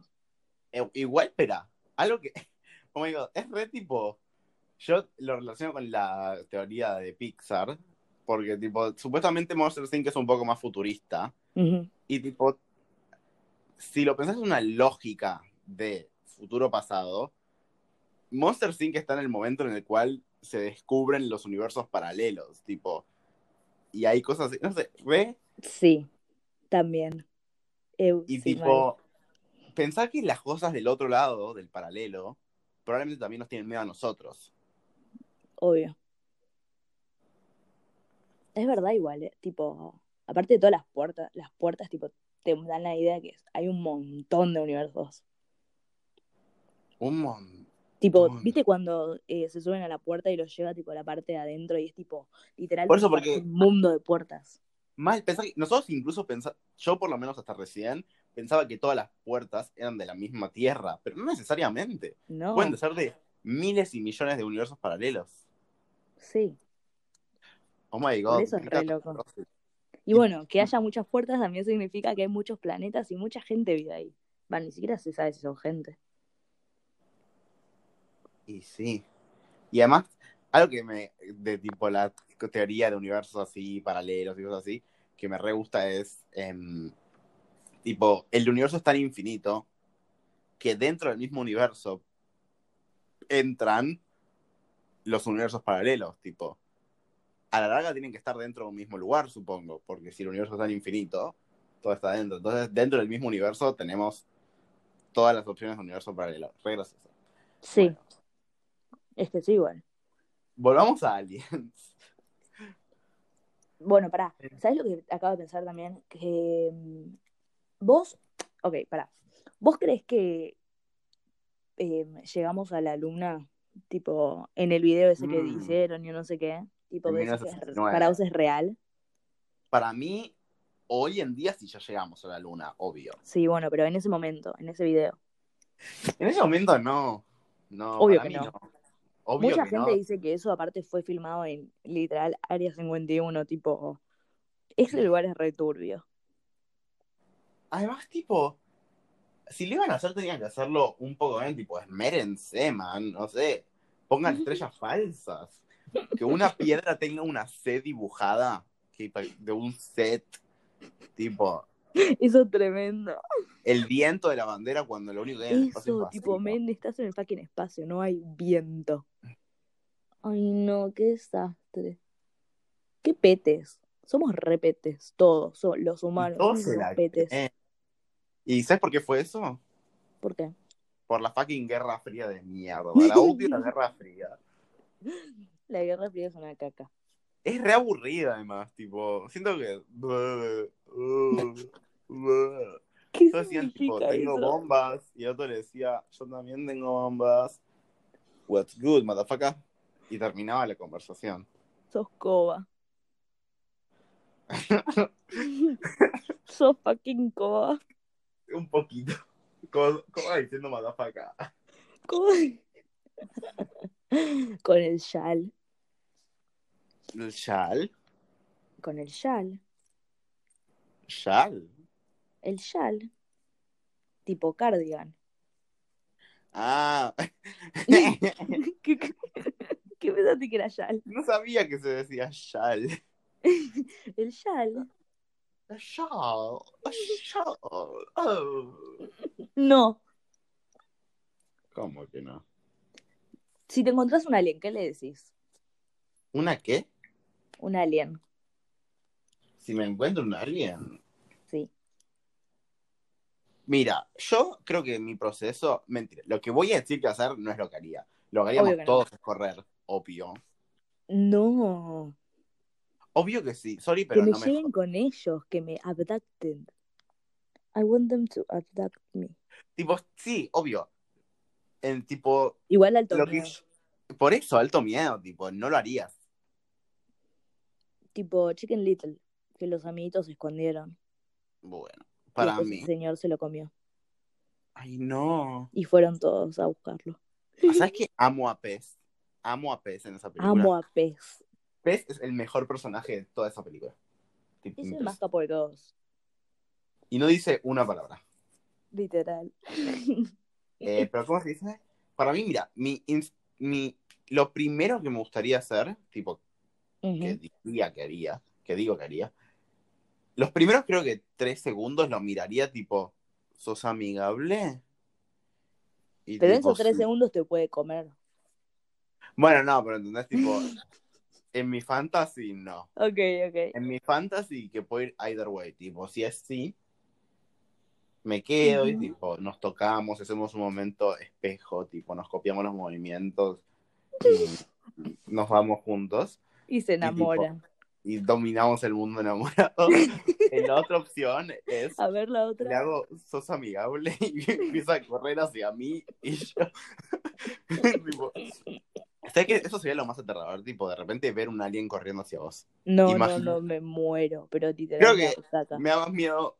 [SPEAKER 1] Eh, igual, espera, algo que. Como digo, es re tipo. Yo lo relaciono con la teoría de Pixar, porque, tipo, supuestamente Monster Inc. es un poco más futurista.
[SPEAKER 2] Ujú.
[SPEAKER 1] Y, tipo, si lo pensás en una lógica de futuro pasado, Monster Inc. está en el momento en el cual se descubren los universos paralelos, tipo. Y hay cosas, no sé, re
[SPEAKER 2] Sí, también. Eh,
[SPEAKER 1] Y
[SPEAKER 2] sí, mal.
[SPEAKER 1] tipo, pensar que las cosas del otro lado, del paralelo, probablemente también nos tienen miedo a nosotros.
[SPEAKER 2] obvio. Es verdad igual, eh, tipo, aparte de todas las puertas, las puertas, tipo, te dan la idea que hay un montón de universos.
[SPEAKER 1] Un montón.
[SPEAKER 2] Tipo,
[SPEAKER 1] Montón.
[SPEAKER 2] ¿viste cuando eh, se suben a la puerta y los lleva tipo a la parte de adentro y es tipo, literal,
[SPEAKER 1] Por eso, porque-
[SPEAKER 2] un mundo de puertas?
[SPEAKER 1] Mal, pensar que nosotros incluso pensamos, yo por lo menos hasta recién, pensaba que todas las puertas eran de la misma tierra, pero no necesariamente.
[SPEAKER 2] No,
[SPEAKER 1] Pueden ser de miles y millones de universos paralelos.
[SPEAKER 2] sí.
[SPEAKER 1] Oh my god.
[SPEAKER 2] Por eso es
[SPEAKER 1] qué
[SPEAKER 2] re
[SPEAKER 1] catastrófico.
[SPEAKER 2] Y bueno,
[SPEAKER 1] mm.
[SPEAKER 2] que haya muchas puertas también significa que hay muchos planetas y mucha gente vive ahí. Va, ni siquiera se sabe si son gente.
[SPEAKER 1] Y sí. Y además, algo que me, de tipo la teoría de universos así, paralelos y cosas así, que me re gusta es, em, tipo, el universo es tan infinito que dentro del mismo universo entran los universos paralelos, tipo. A la larga tienen que estar dentro de un mismo lugar, supongo, porque si el universo es tan infinito, todo está dentro. Entonces, dentro del mismo universo tenemos todas las opciones de universo paralelo. Re gracioso.
[SPEAKER 2] Sí,
[SPEAKER 1] Bueno,
[SPEAKER 2] es que sí, igual.
[SPEAKER 1] volvamos a Aliens.
[SPEAKER 2] Bueno, pará. ¿Sabes lo que acabo de pensar también? Que mm, vos, ok, pará. ¿Vos crees que em, llegamos a la luna, tipo, en el video ese que
[SPEAKER 1] Mm.
[SPEAKER 2] hicieron, yo no sé qué? Tipo,
[SPEAKER 1] En
[SPEAKER 2] ¿ves que es-
[SPEAKER 1] 1969.
[SPEAKER 2] para vos es real?
[SPEAKER 1] Para mí, hoy en día sí ya llegamos a la luna, obvio.
[SPEAKER 2] Sí, bueno, pero en ese momento, en ese video.
[SPEAKER 1] En ese momento no. No,
[SPEAKER 2] Obvio
[SPEAKER 1] para
[SPEAKER 2] que
[SPEAKER 1] mí
[SPEAKER 2] no.
[SPEAKER 1] Obvio
[SPEAKER 2] Mucha
[SPEAKER 1] que
[SPEAKER 2] gente
[SPEAKER 1] no.
[SPEAKER 2] dice que eso aparte fue filmado en literal Área 51, tipo, ese lugar es returbio.
[SPEAKER 1] Además, tipo, si lo iban a hacer, tenían que hacerlo un poco bien, tipo, esmérense, man, no sé. Pongan estrellas falsas. Que una piedra tenga una C dibujada que pa- de un set. Tipo,
[SPEAKER 2] Eso es tremendo.
[SPEAKER 1] el viento de la bandera cuando lo único que hay en el espacio es
[SPEAKER 2] Eso,
[SPEAKER 1] vacío.
[SPEAKER 2] tipo, men, estás en el fucking espacio, no hay viento. Ay, no, qué desastre. Qué petes. Somos repetes, todos, so- los humanos,
[SPEAKER 1] Todos se
[SPEAKER 2] somos
[SPEAKER 1] la
[SPEAKER 2] petes.
[SPEAKER 1] creen. ¿Y sabes por qué fue eso?
[SPEAKER 2] ¿Por qué?
[SPEAKER 1] Por la fucking Guerra Fría de mierda. La última Guerra Fría.
[SPEAKER 2] La Guerra Fría es una caca.
[SPEAKER 1] Es re aburrida, además, tipo, siento que... uh, Todos
[SPEAKER 2] ¿Qué
[SPEAKER 1] decían, uh. tipo,
[SPEAKER 2] significa
[SPEAKER 1] tengo
[SPEAKER 2] eso?
[SPEAKER 1] bombas, y el otro le decía, yo también tengo bombas. What's good, motherfucker? Y terminaba la conversación.
[SPEAKER 2] Sos coba. Sos fucking coba.
[SPEAKER 1] Un poquito. Como, como diciendo motherfucker.
[SPEAKER 2] Coba. Con el shal.
[SPEAKER 1] ¿El ¿Shal?
[SPEAKER 2] Con el shal.
[SPEAKER 1] ¿Shal?
[SPEAKER 2] El shal. Tipo cardigan.
[SPEAKER 1] Ah,
[SPEAKER 2] ¿Qué, qué- qué pensaste que era shal?
[SPEAKER 1] no sabía que se decía Shal.
[SPEAKER 2] El shal.
[SPEAKER 1] Shal, Shal. Oh.
[SPEAKER 2] No.
[SPEAKER 1] ¿Cómo que no?
[SPEAKER 2] Si te encontrás un alien, ¿qué le decís?
[SPEAKER 1] ¿Una qué?
[SPEAKER 2] Un alien.
[SPEAKER 1] Si me encuentro un alien.
[SPEAKER 2] Sí.
[SPEAKER 1] Mira, yo creo que mi proceso, mentira, lo que voy a decir que hacer no es lo que haría. Lo que haríamos
[SPEAKER 2] Obvio que no.
[SPEAKER 1] todos es correr, obvio.
[SPEAKER 2] No.
[SPEAKER 1] Obvio que sí, sorry, pero
[SPEAKER 2] que me
[SPEAKER 1] no me.
[SPEAKER 2] lleguen con ellos, que me abducten. I want them to abduct me.
[SPEAKER 1] Tipo, sí, obvio. En tipo,
[SPEAKER 2] Igual al
[SPEAKER 1] lo que-
[SPEAKER 2] torneo.
[SPEAKER 1] Por eso, alto miedo, tipo, no lo harías.
[SPEAKER 2] Tipo Chicken Little. que los amiguitos se escondieron.
[SPEAKER 1] Bueno,
[SPEAKER 2] Y
[SPEAKER 1] para
[SPEAKER 2] después
[SPEAKER 1] mí.
[SPEAKER 2] El señor se lo comió.
[SPEAKER 1] Ay, no.
[SPEAKER 2] Y fueron todos a buscarlo.
[SPEAKER 1] Ah, ¿Sabes qué? Amo a Pez. Amo a Pez en esa película.
[SPEAKER 2] Amo a Pez.
[SPEAKER 1] Pez es el mejor personaje de toda esa película. Tipo,
[SPEAKER 2] Es el
[SPEAKER 1] impres-
[SPEAKER 2] más capo de todos.
[SPEAKER 1] Y no dice una palabra.
[SPEAKER 2] Literal.
[SPEAKER 1] Eh, pero ¿cómo se dice? Para mí, mira, mi, ins- mi, lo primero que me gustaría hacer, tipo,
[SPEAKER 2] Ujú.
[SPEAKER 1] que diría que haría, que digo que haría, los primeros creo que tres segundos lo miraría tipo, ¿sos amigable? Y
[SPEAKER 2] Pero en
[SPEAKER 1] tipo,
[SPEAKER 2] esos tres
[SPEAKER 1] sí.
[SPEAKER 2] segundos te puede comer.
[SPEAKER 1] Bueno, no, pero entendés, tipo, en mi fantasy no.
[SPEAKER 2] Ok, ok.
[SPEAKER 1] En mi fantasy que puedo ir either way, tipo, si es sí, me quedo y
[SPEAKER 2] Ujú.
[SPEAKER 1] tipo, nos tocamos, hacemos un momento espejo, tipo, nos copiamos los movimientos y nos vamos juntos
[SPEAKER 2] Y se enamoran.
[SPEAKER 1] y dominamos el mundo enamorado. en la otra opción es
[SPEAKER 2] A ver la
[SPEAKER 1] le
[SPEAKER 2] otra.
[SPEAKER 1] hago sos amigable y empieza a correr hacia mí y yo tipo, sé que eso sería lo más aterrador, tipo, de repente ver un alien corriendo hacia vos.
[SPEAKER 2] No,
[SPEAKER 1] Imagínate.
[SPEAKER 2] no, no, me muero. Pero literal
[SPEAKER 1] Creo
[SPEAKER 2] me
[SPEAKER 1] que-
[SPEAKER 2] ataca.
[SPEAKER 1] Me da más miedo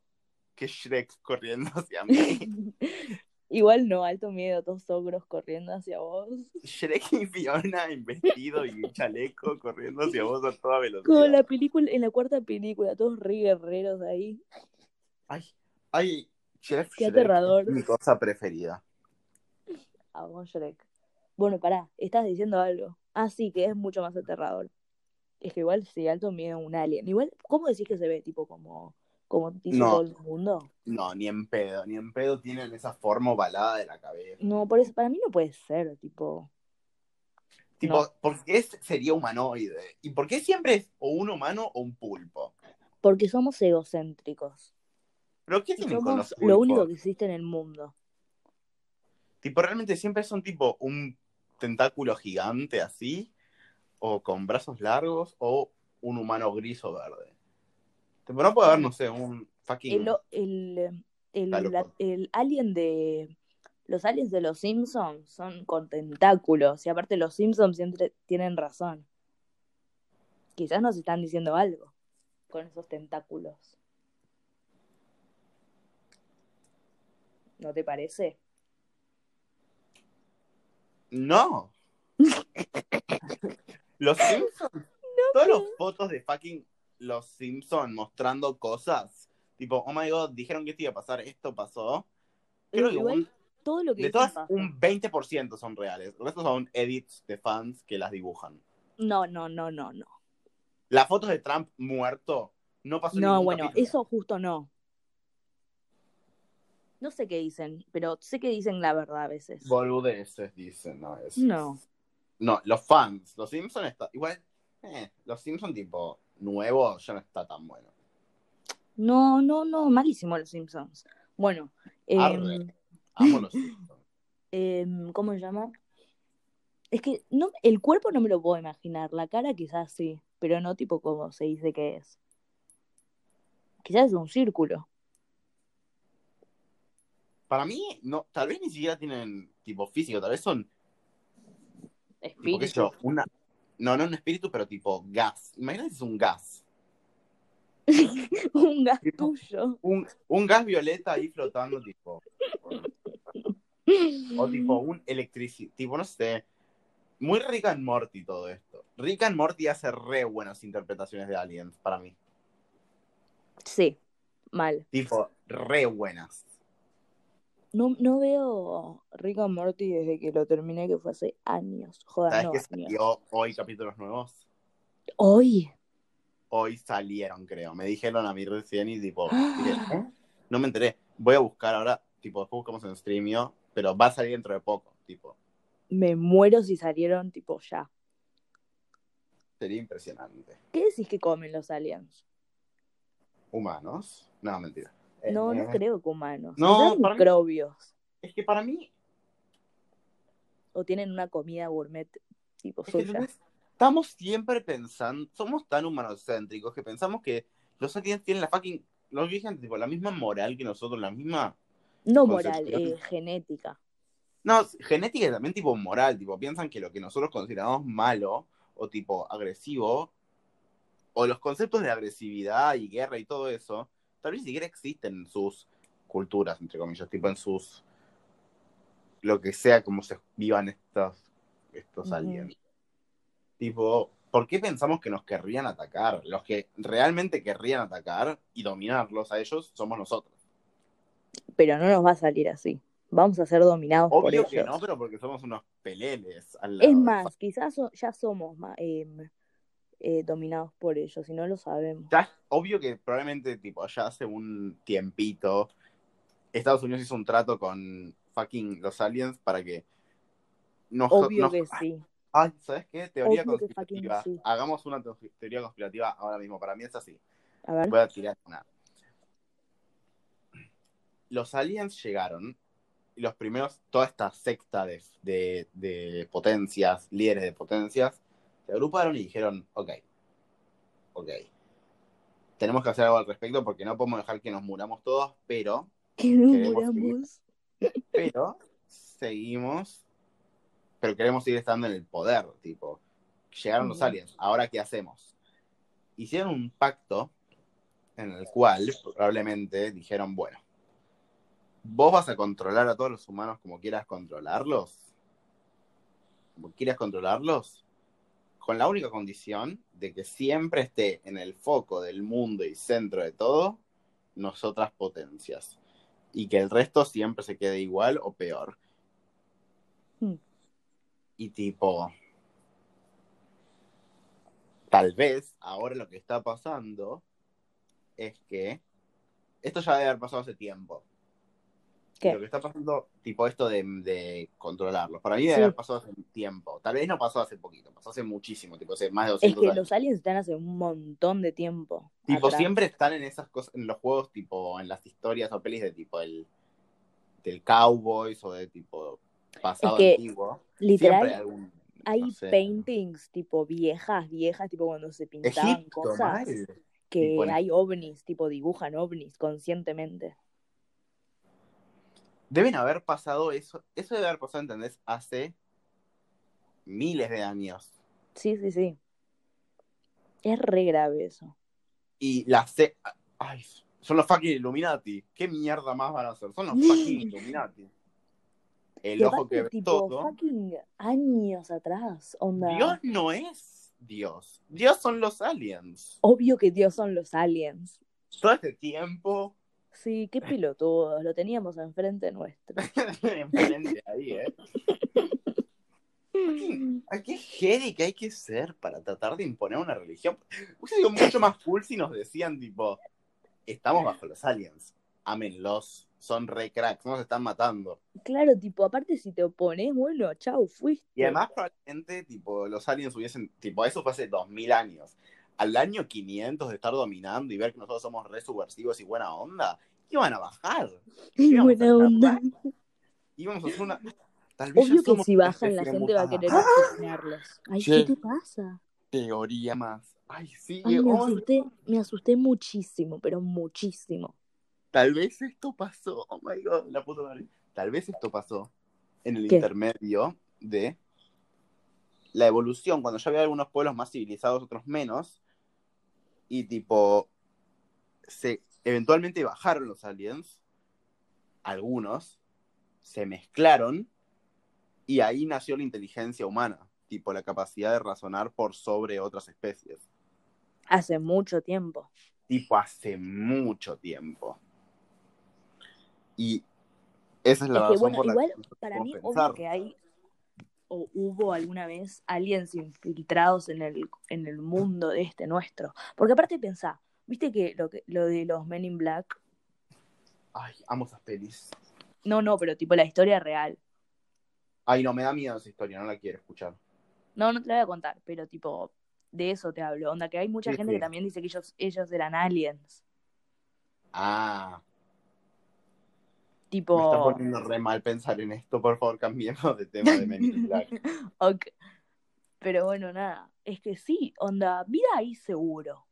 [SPEAKER 1] que Shrek corriendo hacia mí.
[SPEAKER 2] Igual no, alto miedo, dos ogros corriendo hacia vos.
[SPEAKER 1] Shrek y Fiona en vestido y en chaleco corriendo hacia vos a toda
[SPEAKER 2] Como la
[SPEAKER 1] velocidad.
[SPEAKER 2] película, en la cuarta película, todos re guerreros ahí.
[SPEAKER 1] Ay, ay, Shrek,
[SPEAKER 2] Qué
[SPEAKER 1] Shrek
[SPEAKER 2] aterrador.
[SPEAKER 1] es mi cosa preferida.
[SPEAKER 2] Amo Shrek. Bueno, pará, estás diciendo algo. Ah, sí, que es mucho más aterrador. Es que igual sí, alto miedo un alien. Igual, ¿cómo decís que se ve? Tipo, como, como dice
[SPEAKER 1] No.
[SPEAKER 2] todo el mundo.
[SPEAKER 1] No, ni en pedo, ni en pedo tienen esa forma ovalada de la cabeza.
[SPEAKER 2] No, por eso, para mí no puede ser, tipo.
[SPEAKER 1] Tipo,
[SPEAKER 2] No.
[SPEAKER 1] ¿por qué es- sería humanoide? ¿Y por qué siempre es o un humano o un pulpo?
[SPEAKER 2] Porque somos egocéntricos.
[SPEAKER 1] ¿Pero qué
[SPEAKER 2] Y
[SPEAKER 1] tienen con los
[SPEAKER 2] somos
[SPEAKER 1] pulpos?
[SPEAKER 2] lo único que existe en el mundo.
[SPEAKER 1] Tipo, realmente siempre son tipo un tentáculo gigante así, o con brazos largos, o un humano gris o verde. Tipo, no puede haber, no sé, un fucking...
[SPEAKER 2] El, o- el, em, el,
[SPEAKER 1] Está loco.
[SPEAKER 2] el alien de. Los aliens de los Simpsons son con tentáculos. Y aparte, los Simpsons siempre tienen razón. Quizás nos están diciendo algo con esos tentáculos. ¿No te parece?
[SPEAKER 1] No. los Simpsons. Todas las fotos de fucking los Simpsons mostrando cosas. Tipo, oh my god, dijeron que esto iba a pasar, esto pasó. Creo que
[SPEAKER 2] Eh, Igual,
[SPEAKER 1] un-
[SPEAKER 2] Todo lo que
[SPEAKER 1] de
[SPEAKER 2] dicen
[SPEAKER 1] todas,
[SPEAKER 2] pasa.
[SPEAKER 1] un 20% son reales. El resto son edits de fans que las dibujan.
[SPEAKER 2] No, no, no, no, no.
[SPEAKER 1] Las fotos de Trump muerto no pasó
[SPEAKER 2] No,
[SPEAKER 1] ningún
[SPEAKER 2] bueno,
[SPEAKER 1] capítulo.
[SPEAKER 2] eso justo no. No sé qué dicen, pero sé que dicen la verdad a veces.
[SPEAKER 1] Boludeces, dicen. No, es...
[SPEAKER 2] No.
[SPEAKER 1] no, los fans. Los Simpsons está... Igual, eh, los Simpsons tipo nuevo ya no está tan bueno.
[SPEAKER 2] No, no, no, malísimo los Simpsons. Bueno, em,
[SPEAKER 1] Arre. Amo los Simpsons.
[SPEAKER 2] em, ¿cómo se llama? Es que no, el cuerpo no me lo puedo imaginar, la cara quizás sí, pero no tipo como se dice que es. Quizás es un círculo.
[SPEAKER 1] Para mí, no, tal vez ni siquiera tienen tipo físico, tal vez son Tipo, qué sé
[SPEAKER 2] Espíritu.
[SPEAKER 1] yo, una... No, no un espíritu, pero tipo gas. Imagínate si es un gas.
[SPEAKER 2] un
[SPEAKER 1] Tipo-
[SPEAKER 2] gastuyo.
[SPEAKER 1] Un, un gas violeta ahí flotando, tipo. O tipo un electricidad. Tipo, no sé. Muy Rick and Morty todo esto. Rick and Morty hace re buenas interpretaciones de aliens para mí.
[SPEAKER 2] Sí, mal.
[SPEAKER 1] Tipo, re buenas.
[SPEAKER 2] No, no veo Rick and Morty desde que lo terminé, que fue hace años. Joder,
[SPEAKER 1] ¿Sabes
[SPEAKER 2] no,
[SPEAKER 1] qué
[SPEAKER 2] años.
[SPEAKER 1] salió hoy capítulos nuevos?
[SPEAKER 2] Hoy.
[SPEAKER 1] Hoy salieron, creo. Me dijeron a mí recién y tipo.
[SPEAKER 2] ¡Ah!
[SPEAKER 1] dije, "¿Eh? No me enteré. Voy a buscar ahora. Tipo, después buscamos en streamio. Pero va a salir dentro de poco. Tipo.
[SPEAKER 2] Me muero si salieron tipo ya.
[SPEAKER 1] Sería impresionante.
[SPEAKER 2] ¿Qué decís que comen los aliens?
[SPEAKER 1] ¿Humanos? No, mentira.
[SPEAKER 2] No,
[SPEAKER 1] Eh,
[SPEAKER 2] no creo que humanos.
[SPEAKER 1] no,
[SPEAKER 2] No,
[SPEAKER 1] para mí-
[SPEAKER 2] microbios.
[SPEAKER 1] Es que para mí,
[SPEAKER 2] O tienen una comida gourmet tipo
[SPEAKER 1] es que,
[SPEAKER 2] suya.
[SPEAKER 1] ¿entendés? estamos siempre pensando, somos tan humanocéntricos que pensamos que los aliens tienen la fucking, lo que dije antes, tipo, la misma moral que nosotros, la misma...
[SPEAKER 2] No moral,
[SPEAKER 1] Concepción.
[SPEAKER 2] eh, genética.
[SPEAKER 1] No, genética y también tipo moral, tipo, piensan que lo que nosotros consideramos malo o tipo agresivo o los conceptos de agresividad y guerra y todo eso, tal vez ni siquiera existen en sus culturas, entre comillas, tipo en sus, lo que sea como se vivan estos, estos
[SPEAKER 2] Ujú.
[SPEAKER 1] aliens. Tipo, ¿por qué pensamos que nos querrían atacar? Los que realmente querrían atacar y dominarlos a ellos somos nosotros.
[SPEAKER 2] Pero no nos va a salir así. Vamos a ser dominados por
[SPEAKER 1] Obvio
[SPEAKER 2] ellos.
[SPEAKER 1] que no, pero porque somos unos peleles. al lado
[SPEAKER 2] Es
[SPEAKER 1] de-
[SPEAKER 2] más, quizás so- ya somos ma- em, eh, dominados por ellos y no lo sabemos.
[SPEAKER 1] Ya es obvio que probablemente, tipo, ya hace un tiempito, Estados Unidos hizo un trato con fucking los aliens para que nos...
[SPEAKER 2] Obvio
[SPEAKER 1] nos-
[SPEAKER 2] que sí.
[SPEAKER 1] Ay, ¿sabes qué? Teoría
[SPEAKER 2] Obvio que fucking
[SPEAKER 1] conspirativa.
[SPEAKER 2] sí.
[SPEAKER 1] Hagamos una teo- teoría conspirativa ahora mismo. Para mí es así.
[SPEAKER 2] A ver.
[SPEAKER 1] Voy a tirar una. Los aliens llegaron y los primeros, toda esta secta de, de- de potencias, líderes de potencias, se agruparon y dijeron, ok, ok, tenemos que hacer algo al respecto porque no podemos dejar que nos muramos todos, pero,
[SPEAKER 2] Que no
[SPEAKER 1] Queremos
[SPEAKER 2] muramos.
[SPEAKER 1] pero, seguimos, pero queremos seguir estando en el poder, tipo, llegaron los
[SPEAKER 2] Ujú.
[SPEAKER 1] aliens, ahora qué hacemos? Hicieron un pacto en el cual probablemente dijeron, bueno, vos vas a controlar a todos los humanos como quieras controlarlos, como quieras controlarlos, con la única condición de que siempre esté en el foco del mundo y centro de todo nosotras potencias y que el resto siempre se quede igual o peor.
[SPEAKER 2] Hmm.
[SPEAKER 1] Y tipo, tal vez ahora lo que está pasando es que esto ya debe haber pasado hace tiempo.
[SPEAKER 2] ¿Qué?
[SPEAKER 1] Lo que está pasando, tipo esto de, de controlarlos. Para mí debe
[SPEAKER 2] Sí.
[SPEAKER 1] haber pasado hace tiempo. Tal vez no pasó hace poquito, pasó hace muchísimo, tipo hace más de
[SPEAKER 2] Es
[SPEAKER 1] 200
[SPEAKER 2] que
[SPEAKER 1] años.
[SPEAKER 2] los aliens están hace un montón de tiempo.
[SPEAKER 1] Tipo,
[SPEAKER 2] atrás.
[SPEAKER 1] siempre están en esas cosas, en los juegos, tipo, en las historias o pelis de tipo el del Cowboys o de tipo pasado
[SPEAKER 2] Es que,
[SPEAKER 1] antiguo. Siempre hay
[SPEAKER 2] Literal,
[SPEAKER 1] algún.
[SPEAKER 2] hay
[SPEAKER 1] no sé.
[SPEAKER 2] paintings tipo viejas, viejas, tipo cuando se pintaban
[SPEAKER 1] Egipto,
[SPEAKER 2] cosas.
[SPEAKER 1] mal.
[SPEAKER 2] que
[SPEAKER 1] Tipo, en-
[SPEAKER 2] hay ovnis, tipo dibujan ovnis conscientemente.
[SPEAKER 1] Deben haber pasado eso. Eso debe haber pasado, ¿entendés? Hace miles de años.
[SPEAKER 2] Sí, sí, sí. Es re grave eso.
[SPEAKER 1] Y la se- Ay, son los fucking Illuminati. ¿Qué mierda más van a hacer? Son los fucking Illuminati. El
[SPEAKER 2] y
[SPEAKER 1] ojo
[SPEAKER 2] aparte,
[SPEAKER 1] que ve
[SPEAKER 2] tipo,
[SPEAKER 1] todo.
[SPEAKER 2] fucking años atrás, onda.
[SPEAKER 1] Dios no es Dios. Dios son los aliens.
[SPEAKER 2] Obvio que Dios son los aliens.
[SPEAKER 1] Todo este tiempo
[SPEAKER 2] Sí, qué pelotudos, lo teníamos enfrente nuestro.
[SPEAKER 1] enfrente ahí, ¿eh? Ay, qué heavy que hay que ser para tratar de imponer una religión. Hubiese sido mucho más cool si nos decían, tipo, estamos bajo los aliens. Ámenlos. Son re cracks. Nos están matando.
[SPEAKER 2] claro, tipo, aparte si te opones, bueno, chau, fuiste.
[SPEAKER 1] Y además, probablemente, tipo, los aliens hubiesen. Tipo, eso fue hace 2000 años. Al año 500 de estar dominando y ver que nosotros somos re subversivos y buena onda, iban a bajar.
[SPEAKER 2] Qué
[SPEAKER 1] íbamos a
[SPEAKER 2] buena onda.
[SPEAKER 1] charlar. Íbamos a hacer una. Tal vez ya
[SPEAKER 2] Obvio que
[SPEAKER 1] somos
[SPEAKER 2] si
[SPEAKER 1] una
[SPEAKER 2] bajan, la
[SPEAKER 1] especie
[SPEAKER 2] gente va a
[SPEAKER 1] mutada.
[SPEAKER 2] querer asesinarlos. Ay,
[SPEAKER 1] Che.
[SPEAKER 2] ¿qué te pasa?
[SPEAKER 1] teoría más. Ay, sí,
[SPEAKER 2] Ay, me
[SPEAKER 1] oh,
[SPEAKER 2] asusté, me asusté muchísimo, pero muchísimo.
[SPEAKER 1] tal vez esto pasó. Oh my god, la puta madre. Tal vez esto pasó en el
[SPEAKER 2] ¿Qué?
[SPEAKER 1] intermedio de la evolución, cuando ya había algunos pueblos más civilizados, otros menos, y tipo, se eventualmente bajaron los aliens, algunos, se mezclaron, y ahí nació la inteligencia humana, tipo la capacidad de razonar por sobre otras especies.
[SPEAKER 2] Hace mucho tiempo.
[SPEAKER 1] tipo hace mucho tiempo. Y esa es la
[SPEAKER 2] Es que,
[SPEAKER 1] razón
[SPEAKER 2] bueno,
[SPEAKER 1] por la
[SPEAKER 2] igual,
[SPEAKER 1] que nosotros
[SPEAKER 2] Para mí,
[SPEAKER 1] podemos
[SPEAKER 2] obvio
[SPEAKER 1] pensar.
[SPEAKER 2] que hay o hubo alguna vez aliens infiltrados en el, en el mundo de este nuestro. Porque aparte pensá, viste que lo, que lo de los Men in Black,
[SPEAKER 1] Ay, amo esas pelis.
[SPEAKER 2] no, no, pero tipo la historia real.
[SPEAKER 1] Ay, no, me da miedo esa historia, no la quiero escuchar.
[SPEAKER 2] No, no te la voy a contar, pero tipo, de eso te hablo. Onda, que hay mucha
[SPEAKER 1] Sí,
[SPEAKER 2] gente
[SPEAKER 1] sí.
[SPEAKER 2] que también dice que ellos, ellos eran aliens.
[SPEAKER 1] Ah, me está
[SPEAKER 2] Tipo,
[SPEAKER 1] poniendo re mal pensar en esto. Por favor, cambiemos de tema de Men in Black.
[SPEAKER 2] ok. pero bueno, nada. Es que sí, onda, vida ahí seguro.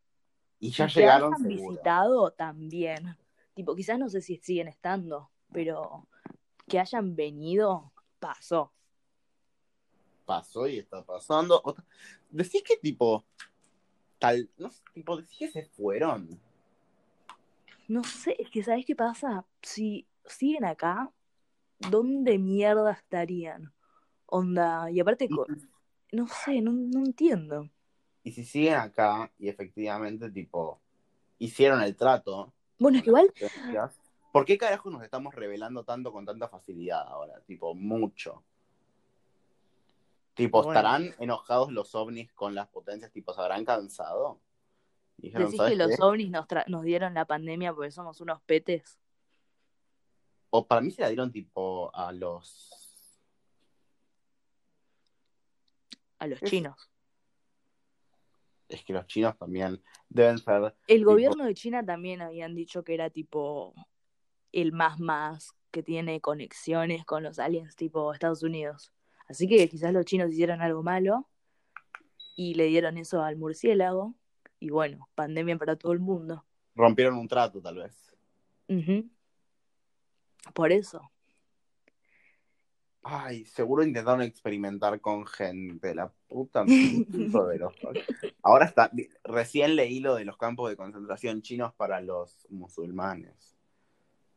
[SPEAKER 1] Y ya
[SPEAKER 2] Y que
[SPEAKER 1] llegaron
[SPEAKER 2] hayan
[SPEAKER 1] seguro.
[SPEAKER 2] visitado también. Tipo, quizás no sé si siguen estando, pero que hayan venido, pasó.
[SPEAKER 1] Pasó y está pasando. Otra- Decís que tipo, tal, no sé, tipo, sí que se fueron.
[SPEAKER 2] No sé, es que ¿sabes qué pasa? Si siguen acá, ¿dónde mierda estarían? Onda, y aparte, co- no sé, no, no entiendo.
[SPEAKER 1] Y si siguen acá y efectivamente, tipo, hicieron el trato,
[SPEAKER 2] Bueno, es que igual,
[SPEAKER 1] ¿por qué carajo nos estamos revelando tanto con tanta facilidad ahora? Tipo, mucho. Tipo,
[SPEAKER 3] Bueno.
[SPEAKER 1] ¿estarán enojados los ovnis con las potencias? Tipo, ¿se habrán cansado? Dijeron,
[SPEAKER 2] decís
[SPEAKER 1] ¿sabes
[SPEAKER 2] que los
[SPEAKER 1] qué?
[SPEAKER 2] ovnis nos, tra- nos dieron la pandemia porque somos unos petes.
[SPEAKER 1] O para mí se la dieron, tipo, a los
[SPEAKER 2] A los
[SPEAKER 1] Es-
[SPEAKER 2] chinos.
[SPEAKER 1] es que los chinos también deben ser.
[SPEAKER 2] El gobierno de China también habían dicho que era tipo el más más que tiene conexiones con los aliens tipo Estados Unidos. Así que quizás los chinos hicieron algo malo y le dieron eso al murciélago. Y bueno, pandemia para todo el mundo.
[SPEAKER 1] Rompieron un trato, tal vez.
[SPEAKER 2] Ujú. Por eso.
[SPEAKER 1] Ay, seguro intentaron experimentar con gente. La puta puto de los. Ahora está. Recién leí lo de los campos de concentración chinos para los musulmanes.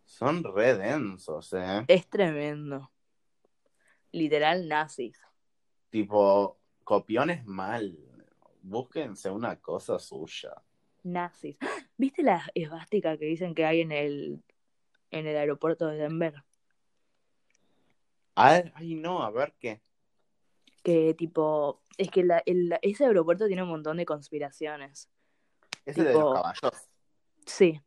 [SPEAKER 1] Son re densos, ¿eh?
[SPEAKER 2] Es tremendo. Literal nazis.
[SPEAKER 1] Tipo, copiones mal. Búsquense una cosa suya.
[SPEAKER 2] Nazis. ¡Ah! ¿Viste la esvástica que dicen que hay en el, en el aeropuerto de Denver?
[SPEAKER 1] Ay, ay, no, a ver qué.
[SPEAKER 2] que tipo, es que la- el- ese aeropuerto tiene un montón de conspiraciones.
[SPEAKER 1] Ese de los
[SPEAKER 2] Tipo-
[SPEAKER 1] caballos.
[SPEAKER 2] Sí,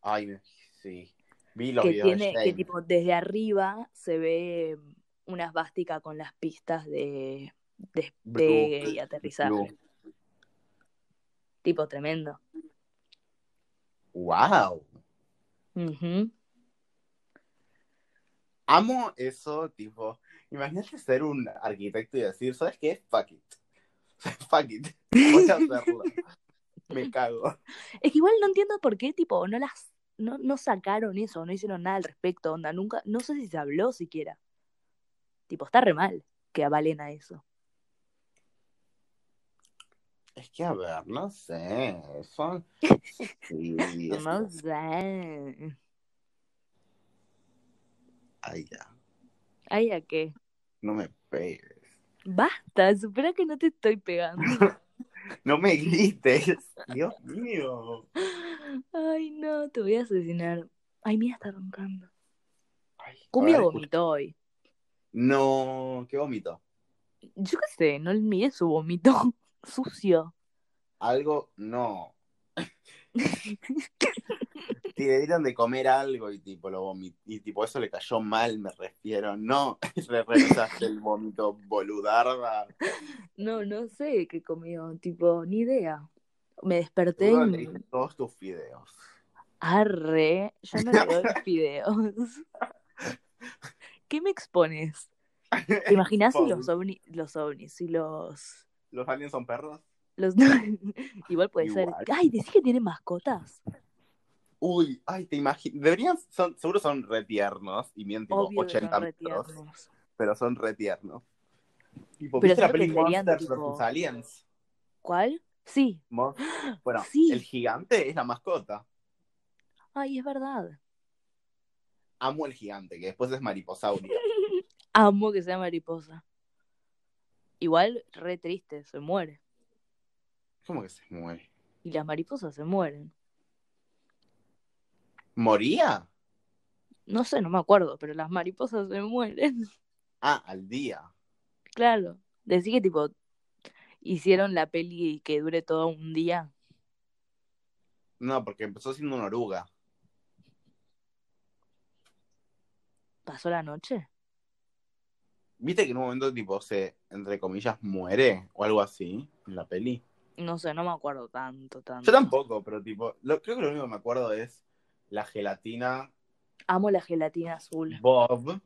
[SPEAKER 1] Ay, sí. Vi los
[SPEAKER 2] que
[SPEAKER 1] videos
[SPEAKER 2] tiene,
[SPEAKER 1] de
[SPEAKER 2] que
[SPEAKER 1] Shane.
[SPEAKER 2] tipo, desde arriba se ve una esvástica con las pistas de de despegue
[SPEAKER 1] Blue,
[SPEAKER 2] y aterrizaje. Tipo, tremendo.
[SPEAKER 1] Wow.
[SPEAKER 2] Ujú.
[SPEAKER 1] Amo eso, tipo. Imagínate ser un arquitecto y decir, ¿sabes qué? Fuck it. Fuck it. Voy a hacerlo. Me cago.
[SPEAKER 2] Es que igual no entiendo por qué, tipo, no las, no, no sacaron eso, no hicieron nada al respecto, onda, nunca, no sé si se habló siquiera. Tipo, está re mal que avalen a eso.
[SPEAKER 1] Es que, a ver, no sé. Son. Sí, es-
[SPEAKER 2] No sé.
[SPEAKER 1] Ay, ya.
[SPEAKER 2] Ay, ¿a qué?
[SPEAKER 1] No me pegues.
[SPEAKER 2] Basta, supera que no te estoy pegando.
[SPEAKER 1] No me grites. Dios mío.
[SPEAKER 2] Ay, no, te voy a asesinar. Ay, mira, está roncando.
[SPEAKER 1] Ay,
[SPEAKER 2] Cumbia
[SPEAKER 1] a ver, escucha.
[SPEAKER 2] vomitó hoy.
[SPEAKER 1] No, qué vómito.
[SPEAKER 2] Yo qué sé, no miré su vómito sucio.
[SPEAKER 1] Algo, no. Si le dieron de comer algo y tipo lo vomi- y tipo eso le cayó mal, me refiero. No, le regresaste el vómito boludarda.
[SPEAKER 2] No, no sé qué comió, tipo, ni idea. Me desperté
[SPEAKER 1] Seguro
[SPEAKER 2] y...
[SPEAKER 1] leíste todos tus videos.
[SPEAKER 2] Arre, yo no leo los videos. ¿Qué me expones? ¿Te imaginas si los ovnis, los ovnis, si los...
[SPEAKER 1] ¿Los aliens son perros?
[SPEAKER 2] los... Igual puede
[SPEAKER 1] Igual.
[SPEAKER 2] ser. Ay, decís que tienen mascotas.
[SPEAKER 1] Uy, ay, te imagino. Deberían, son, seguro son retiernos y miden tipo
[SPEAKER 2] Obvio que
[SPEAKER 1] 80
[SPEAKER 2] son
[SPEAKER 1] metros,
[SPEAKER 2] retiernos.
[SPEAKER 1] pero son retiernos. Tipo,
[SPEAKER 2] Pero
[SPEAKER 1] ¿viste la
[SPEAKER 2] siento
[SPEAKER 1] peli
[SPEAKER 2] que serían,
[SPEAKER 1] Monsters
[SPEAKER 2] tipo-
[SPEAKER 1] vs. Aliens?
[SPEAKER 2] ¿Cuál? Sí.
[SPEAKER 1] Mon- Bueno,
[SPEAKER 2] Sí.
[SPEAKER 1] el gigante es la mascota.
[SPEAKER 2] Ay, es verdad.
[SPEAKER 1] Amo el gigante, que después es mariposaurio.
[SPEAKER 2] Amo que sea mariposa. Igual, re triste, se muere.
[SPEAKER 1] ¿Cómo que se muere?
[SPEAKER 2] Y las mariposas se mueren.
[SPEAKER 1] ¿Moría?
[SPEAKER 2] No sé, no me acuerdo, pero las mariposas se mueren.
[SPEAKER 1] Ah, al día.
[SPEAKER 2] Claro. Decí que, tipo, hicieron la peli que dure todo un día.
[SPEAKER 1] No, porque empezó siendo una oruga.
[SPEAKER 2] ¿Pasó la noche?
[SPEAKER 1] ¿Viste que en un momento, tipo, se, entre comillas, muere o algo así en la peli?
[SPEAKER 2] No sé, no me acuerdo tanto, tanto.
[SPEAKER 1] Yo tampoco, pero, tipo, lo- creo que lo único que me acuerdo es la gelatina
[SPEAKER 2] Amo la gelatina azul.
[SPEAKER 1] Bob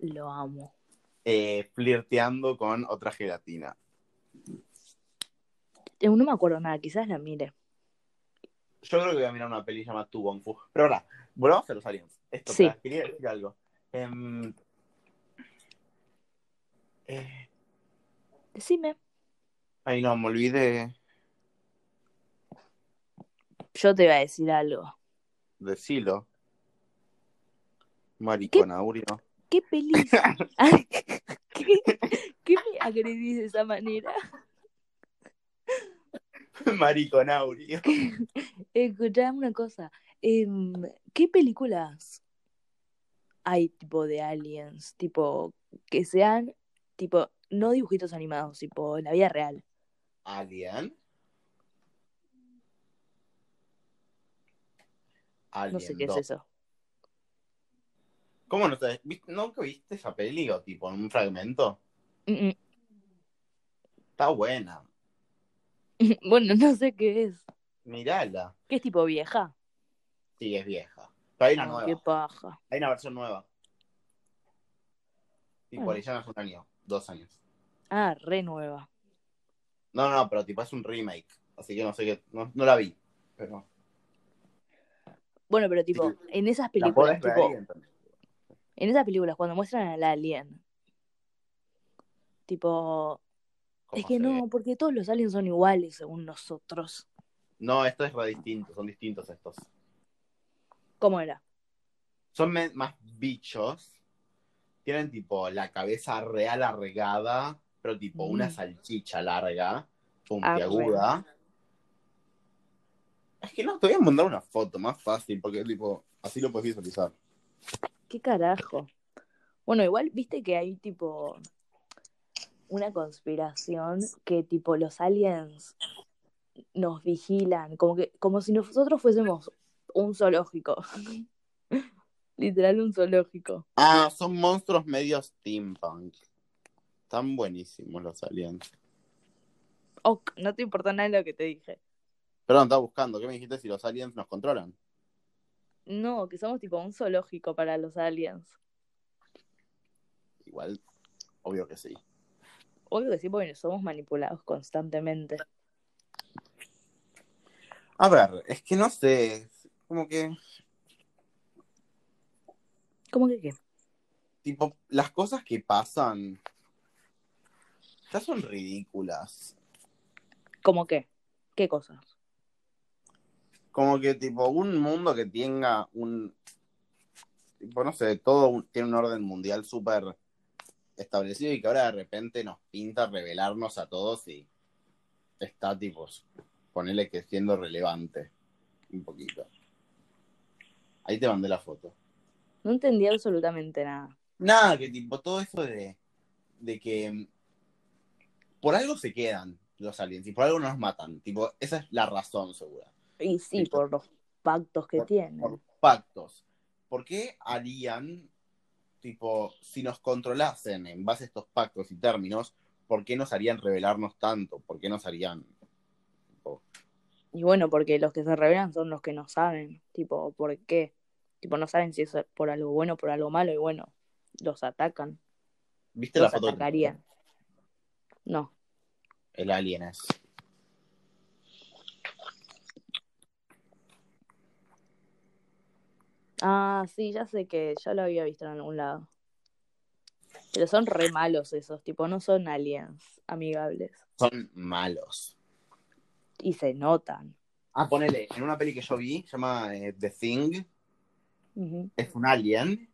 [SPEAKER 2] Lo amo.
[SPEAKER 1] eh, flirteando con otra gelatina.
[SPEAKER 2] Eh, No me acuerdo nada, quizás la mire.
[SPEAKER 1] Yo creo que voy a mirar una peli llamada Tu Wong Fu. Pero ahora, volvamos a los aliens. Esto,
[SPEAKER 2] Sí.
[SPEAKER 1] pará, quería decir algo. Em, eh,
[SPEAKER 2] Decime.
[SPEAKER 1] ay, no, me olvidé.
[SPEAKER 2] Yo te voy a decir algo.
[SPEAKER 1] Decilo. Mariconaurio.
[SPEAKER 2] ¿Qué pelis? Ay, ¿Qué, qué me agredís de esa manera?
[SPEAKER 1] Mariconaurio.
[SPEAKER 2] Escuchame una cosa. em, ¿Qué películas hay tipo de aliens? Tipo, que sean, tipo, no dibujitos animados, tipo, en la vida real.
[SPEAKER 1] ¿Alien? Alien
[SPEAKER 2] No sé qué es
[SPEAKER 1] 2.
[SPEAKER 2] eso.
[SPEAKER 1] ¿Cómo no sabes? ¿Viste- ¿Nunca viste esa peli o tipo en un fragmento?
[SPEAKER 2] Mm,
[SPEAKER 1] Está buena.
[SPEAKER 2] mm. Bueno, no sé qué es.
[SPEAKER 1] Mirala.
[SPEAKER 2] ¿Qué es tipo vieja?
[SPEAKER 1] Sí, es vieja. Pero hay una
[SPEAKER 2] Ay,
[SPEAKER 1] nueva.
[SPEAKER 2] Ah, qué paja.
[SPEAKER 1] Hay una versión nueva. Tipo,
[SPEAKER 2] Bueno.
[SPEAKER 1] le llamas un año. Dos años.
[SPEAKER 2] Ah, re nueva.
[SPEAKER 1] No, no, pero tipo es un remake. Así que no sé qué. No, no la vi. Pero
[SPEAKER 2] Bueno, pero tipo,
[SPEAKER 1] Sí.
[SPEAKER 2] en esas
[SPEAKER 1] la
[SPEAKER 2] películas,
[SPEAKER 1] podés ver
[SPEAKER 2] tipo,
[SPEAKER 1] y entender.
[SPEAKER 2] en esas películas cuando muestran al alien, tipo,
[SPEAKER 1] cómo
[SPEAKER 2] es que
[SPEAKER 1] se
[SPEAKER 2] no,
[SPEAKER 1] ve.
[SPEAKER 2] porque todos los aliens son iguales según nosotros.
[SPEAKER 1] No, esto es re distinto. Son distintos estos.
[SPEAKER 2] ¿Cómo era?
[SPEAKER 1] Son me- más bichos. Tienen tipo la cabeza real arregada. Pero tipo
[SPEAKER 2] Mm.
[SPEAKER 1] una salchicha larga. Puntiaguda. Es que no, te voy a mandar una foto más fácil. Porque tipo, así lo puedes visualizar.
[SPEAKER 2] ¿Qué carajo? Bueno, igual viste que hay tipo una conspiración que tipo los aliens nos vigilan, como que, como si nosotros fuésemos un zoológico. Literal un zoológico.
[SPEAKER 1] Ah, son monstruos medio steampunk. Están buenísimos los aliens.
[SPEAKER 2] Ok, no te importa nada lo que te dije.
[SPEAKER 1] Perdón, estaba buscando. ¿Qué me dijiste si los aliens nos controlan?
[SPEAKER 2] No, que somos tipo un zoológico para los aliens.
[SPEAKER 1] Igual, obvio que sí.
[SPEAKER 2] Obvio que sí, porque somos manipulados constantemente.
[SPEAKER 1] A ver, es que no sé. es Como que,
[SPEAKER 2] ¿Cómo que qué?
[SPEAKER 1] tipo, las cosas que pasan ya son ridículas.
[SPEAKER 2] ¿Cómo qué? ¿Qué cosas?
[SPEAKER 1] Como que, tipo, un mundo que tenga un. Tipo, no sé, todo un- tiene un orden mundial súper establecido y que ahora de repente nos pinta revelarnos a todos y está, tipo, ponerle que siendo relevante un poquito. Ahí te mandé la foto.
[SPEAKER 2] No entendía absolutamente nada.
[SPEAKER 1] Nada, que tipo todo eso de, de que mm, por algo se quedan los aliens y por algo nos matan. Tipo, esa es la razón segura.
[SPEAKER 2] Y sí,
[SPEAKER 1] Listo.
[SPEAKER 2] por los pactos que tienen.
[SPEAKER 1] Por pactos. ¿Por qué harían, tipo, si nos controlasen en base a estos pactos y términos, por qué nos harían revelarnos tanto? ¿Por qué nos harían?
[SPEAKER 2] Y bueno, porque los que se revelan son los que no saben, tipo, ¿por qué? Tipo, no saben si es por algo bueno o por algo malo, y bueno, los atacan,
[SPEAKER 1] ¿Viste la
[SPEAKER 2] los
[SPEAKER 1] foto? que te mandé?
[SPEAKER 2] atacarían. No,
[SPEAKER 1] El alien es.
[SPEAKER 2] Ah, sí, ya sé que ya lo había visto en algún lado. Pero son re malos esos, tipo, no son aliens amigables.
[SPEAKER 1] Son malos.
[SPEAKER 2] Y se notan.
[SPEAKER 1] Ah, ponele, en una peli que yo vi, se llama eh, The Thing,
[SPEAKER 2] Ujú.
[SPEAKER 1] es un alien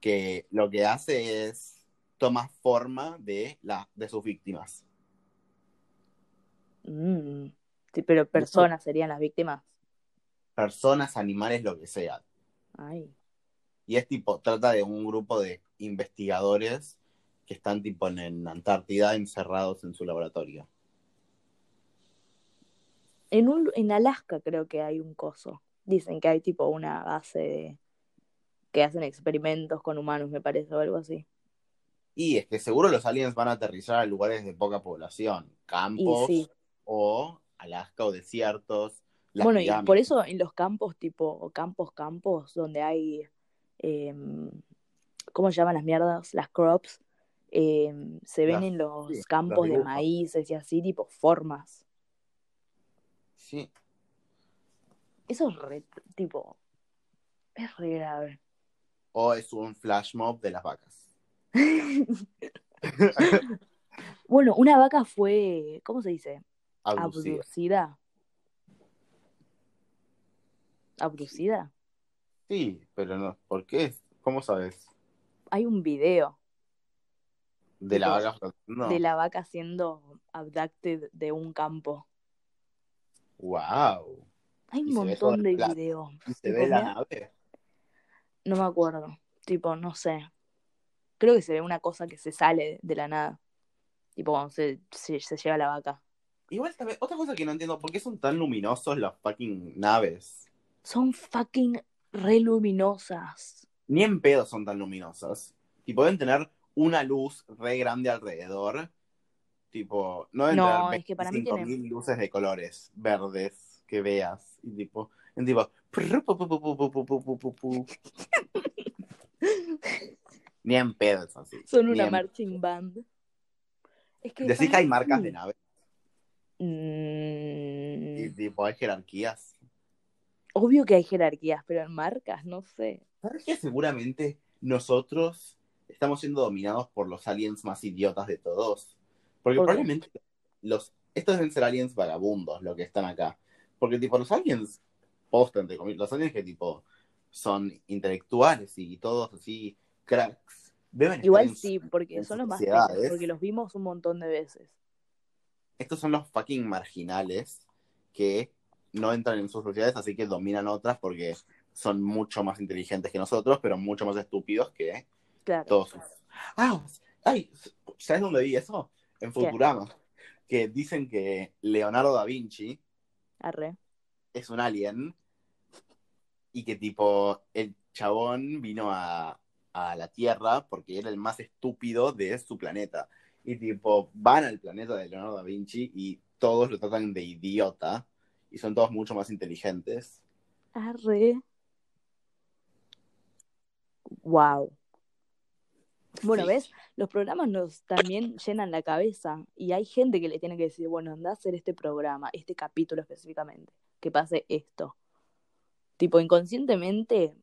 [SPEAKER 1] que lo que hace es toma forma de, la, de sus víctimas.
[SPEAKER 2] Mm. Sí, pero personas serían las víctimas.
[SPEAKER 1] Personas, animales, lo que sea.
[SPEAKER 2] Ay.
[SPEAKER 1] Y es tipo, trata de un grupo de investigadores que están tipo en, en Antártida encerrados en su laboratorio.
[SPEAKER 2] En, un, en Alaska creo que hay un coso. Dicen que hay tipo una base de- que hacen experimentos con humanos, me parece, o algo así.
[SPEAKER 1] Y es que seguro los aliens van a aterrizar a lugares de poca población,
[SPEAKER 2] Y
[SPEAKER 1] campos
[SPEAKER 2] sí.
[SPEAKER 1] o Alaska o desiertos. las
[SPEAKER 2] bueno, y
[SPEAKER 1] pirámides.
[SPEAKER 2] por eso en los campos, tipo, o campos, campos, donde hay, em, ¿cómo se llaman las mierdas? Las crops, em, se ven
[SPEAKER 1] Las-
[SPEAKER 2] en los
[SPEAKER 1] sí, los
[SPEAKER 2] campos de
[SPEAKER 1] dibujos.
[SPEAKER 2] maíces y así, tipo, formas.
[SPEAKER 1] Sí.
[SPEAKER 2] Eso es re, tipo, es re grave.
[SPEAKER 1] O es un flash mob de las vacas.
[SPEAKER 2] Bueno, una vaca Ah, fue, ¿cómo se dice?
[SPEAKER 1] Abducidas.
[SPEAKER 2] Abducida. abducida?
[SPEAKER 1] Sí, pero no. ¿Por qué? ¿Cómo sabes?
[SPEAKER 2] Hay un video
[SPEAKER 1] De la
[SPEAKER 2] Tipo,
[SPEAKER 1] vaca flotando.
[SPEAKER 2] de la vaca siendo abducted de un campo.
[SPEAKER 1] Wow.
[SPEAKER 2] Hay
[SPEAKER 1] Y
[SPEAKER 2] un
[SPEAKER 1] se ve
[SPEAKER 2] montón
[SPEAKER 1] todo
[SPEAKER 2] de
[SPEAKER 1] el plan.
[SPEAKER 2] videos.
[SPEAKER 1] ¿Y se
[SPEAKER 2] Tipo,
[SPEAKER 1] ve la
[SPEAKER 2] mira.
[SPEAKER 1] nave?
[SPEAKER 2] No me acuerdo. Tipo, no sé. Creo que se ve una cosa que se sale de la nada. Tipo, cuando se, se, se lleva la vaca.
[SPEAKER 1] Igual, ¿sabes? otra cosa que no entiendo, ¿por qué son tan luminosos las fucking naves?
[SPEAKER 2] Son fucking re luminosas.
[SPEAKER 1] Ni en pedo son tan luminosas. Y pueden tener una luz re grande alrededor. Tipo, no deben
[SPEAKER 2] No,
[SPEAKER 1] tener
[SPEAKER 2] es que para mí tienen-
[SPEAKER 1] 25.000 luces de colores verdes que veas. Y tipo, en tipo... prru, pu, pu, pu, pu, pu, pu, pu, pu, pu. Ni en pedo son así.
[SPEAKER 2] Son
[SPEAKER 1] Ni
[SPEAKER 2] una
[SPEAKER 1] en-
[SPEAKER 2] marching band. Es que
[SPEAKER 1] Decís que
[SPEAKER 2] para
[SPEAKER 1] hay
[SPEAKER 2] mí-
[SPEAKER 1] marcas de naves y
[SPEAKER 2] Mm,
[SPEAKER 1] tipo, hay jerarquías.
[SPEAKER 2] obvio que hay jerarquías, pero en marcas, no sé.
[SPEAKER 1] ¿Sabes que seguramente nosotros estamos siendo dominados por los aliens más idiotas de todos? Porque
[SPEAKER 2] ¿Por qué?
[SPEAKER 1] probablemente los, estos deben ser aliens vagabundos, los que están acá. Porque tipo los aliens, posta entre comillas, los aliens que tipo son intelectuales y todos así cracks, deben estar
[SPEAKER 2] Igual
[SPEAKER 1] en-
[SPEAKER 2] sí, porque
[SPEAKER 1] en
[SPEAKER 2] son los más
[SPEAKER 1] sociedades.
[SPEAKER 2] feos, porque los vimos un montón de veces.
[SPEAKER 1] Estos son los fucking marginales que no entran en sus sociedades, así que dominan otras porque son mucho más inteligentes que nosotros, pero mucho más estúpidos que...
[SPEAKER 2] Claro.
[SPEAKER 1] todos sus- Ah, ay, ¿sabes dónde vi eso? En Futurama. Que dicen que Leonardo da Vinci
[SPEAKER 2] Arre.
[SPEAKER 1] es un alien y que tipo el chabón vino a, a la Tierra porque era el más estúpido de su planeta. Y tipo van al planeta de Leonardo da Vinci y todos lo tratan de idiota y son todos mucho más inteligentes.
[SPEAKER 2] Arre. Wow. Bueno,
[SPEAKER 1] Sí.
[SPEAKER 2] ¿ves? Los programas nos también llenan la cabeza y hay gente que le tiene que decir, bueno, anda a hacer este programa, este capítulo específicamente, que pase esto. Tipo, inconscientemente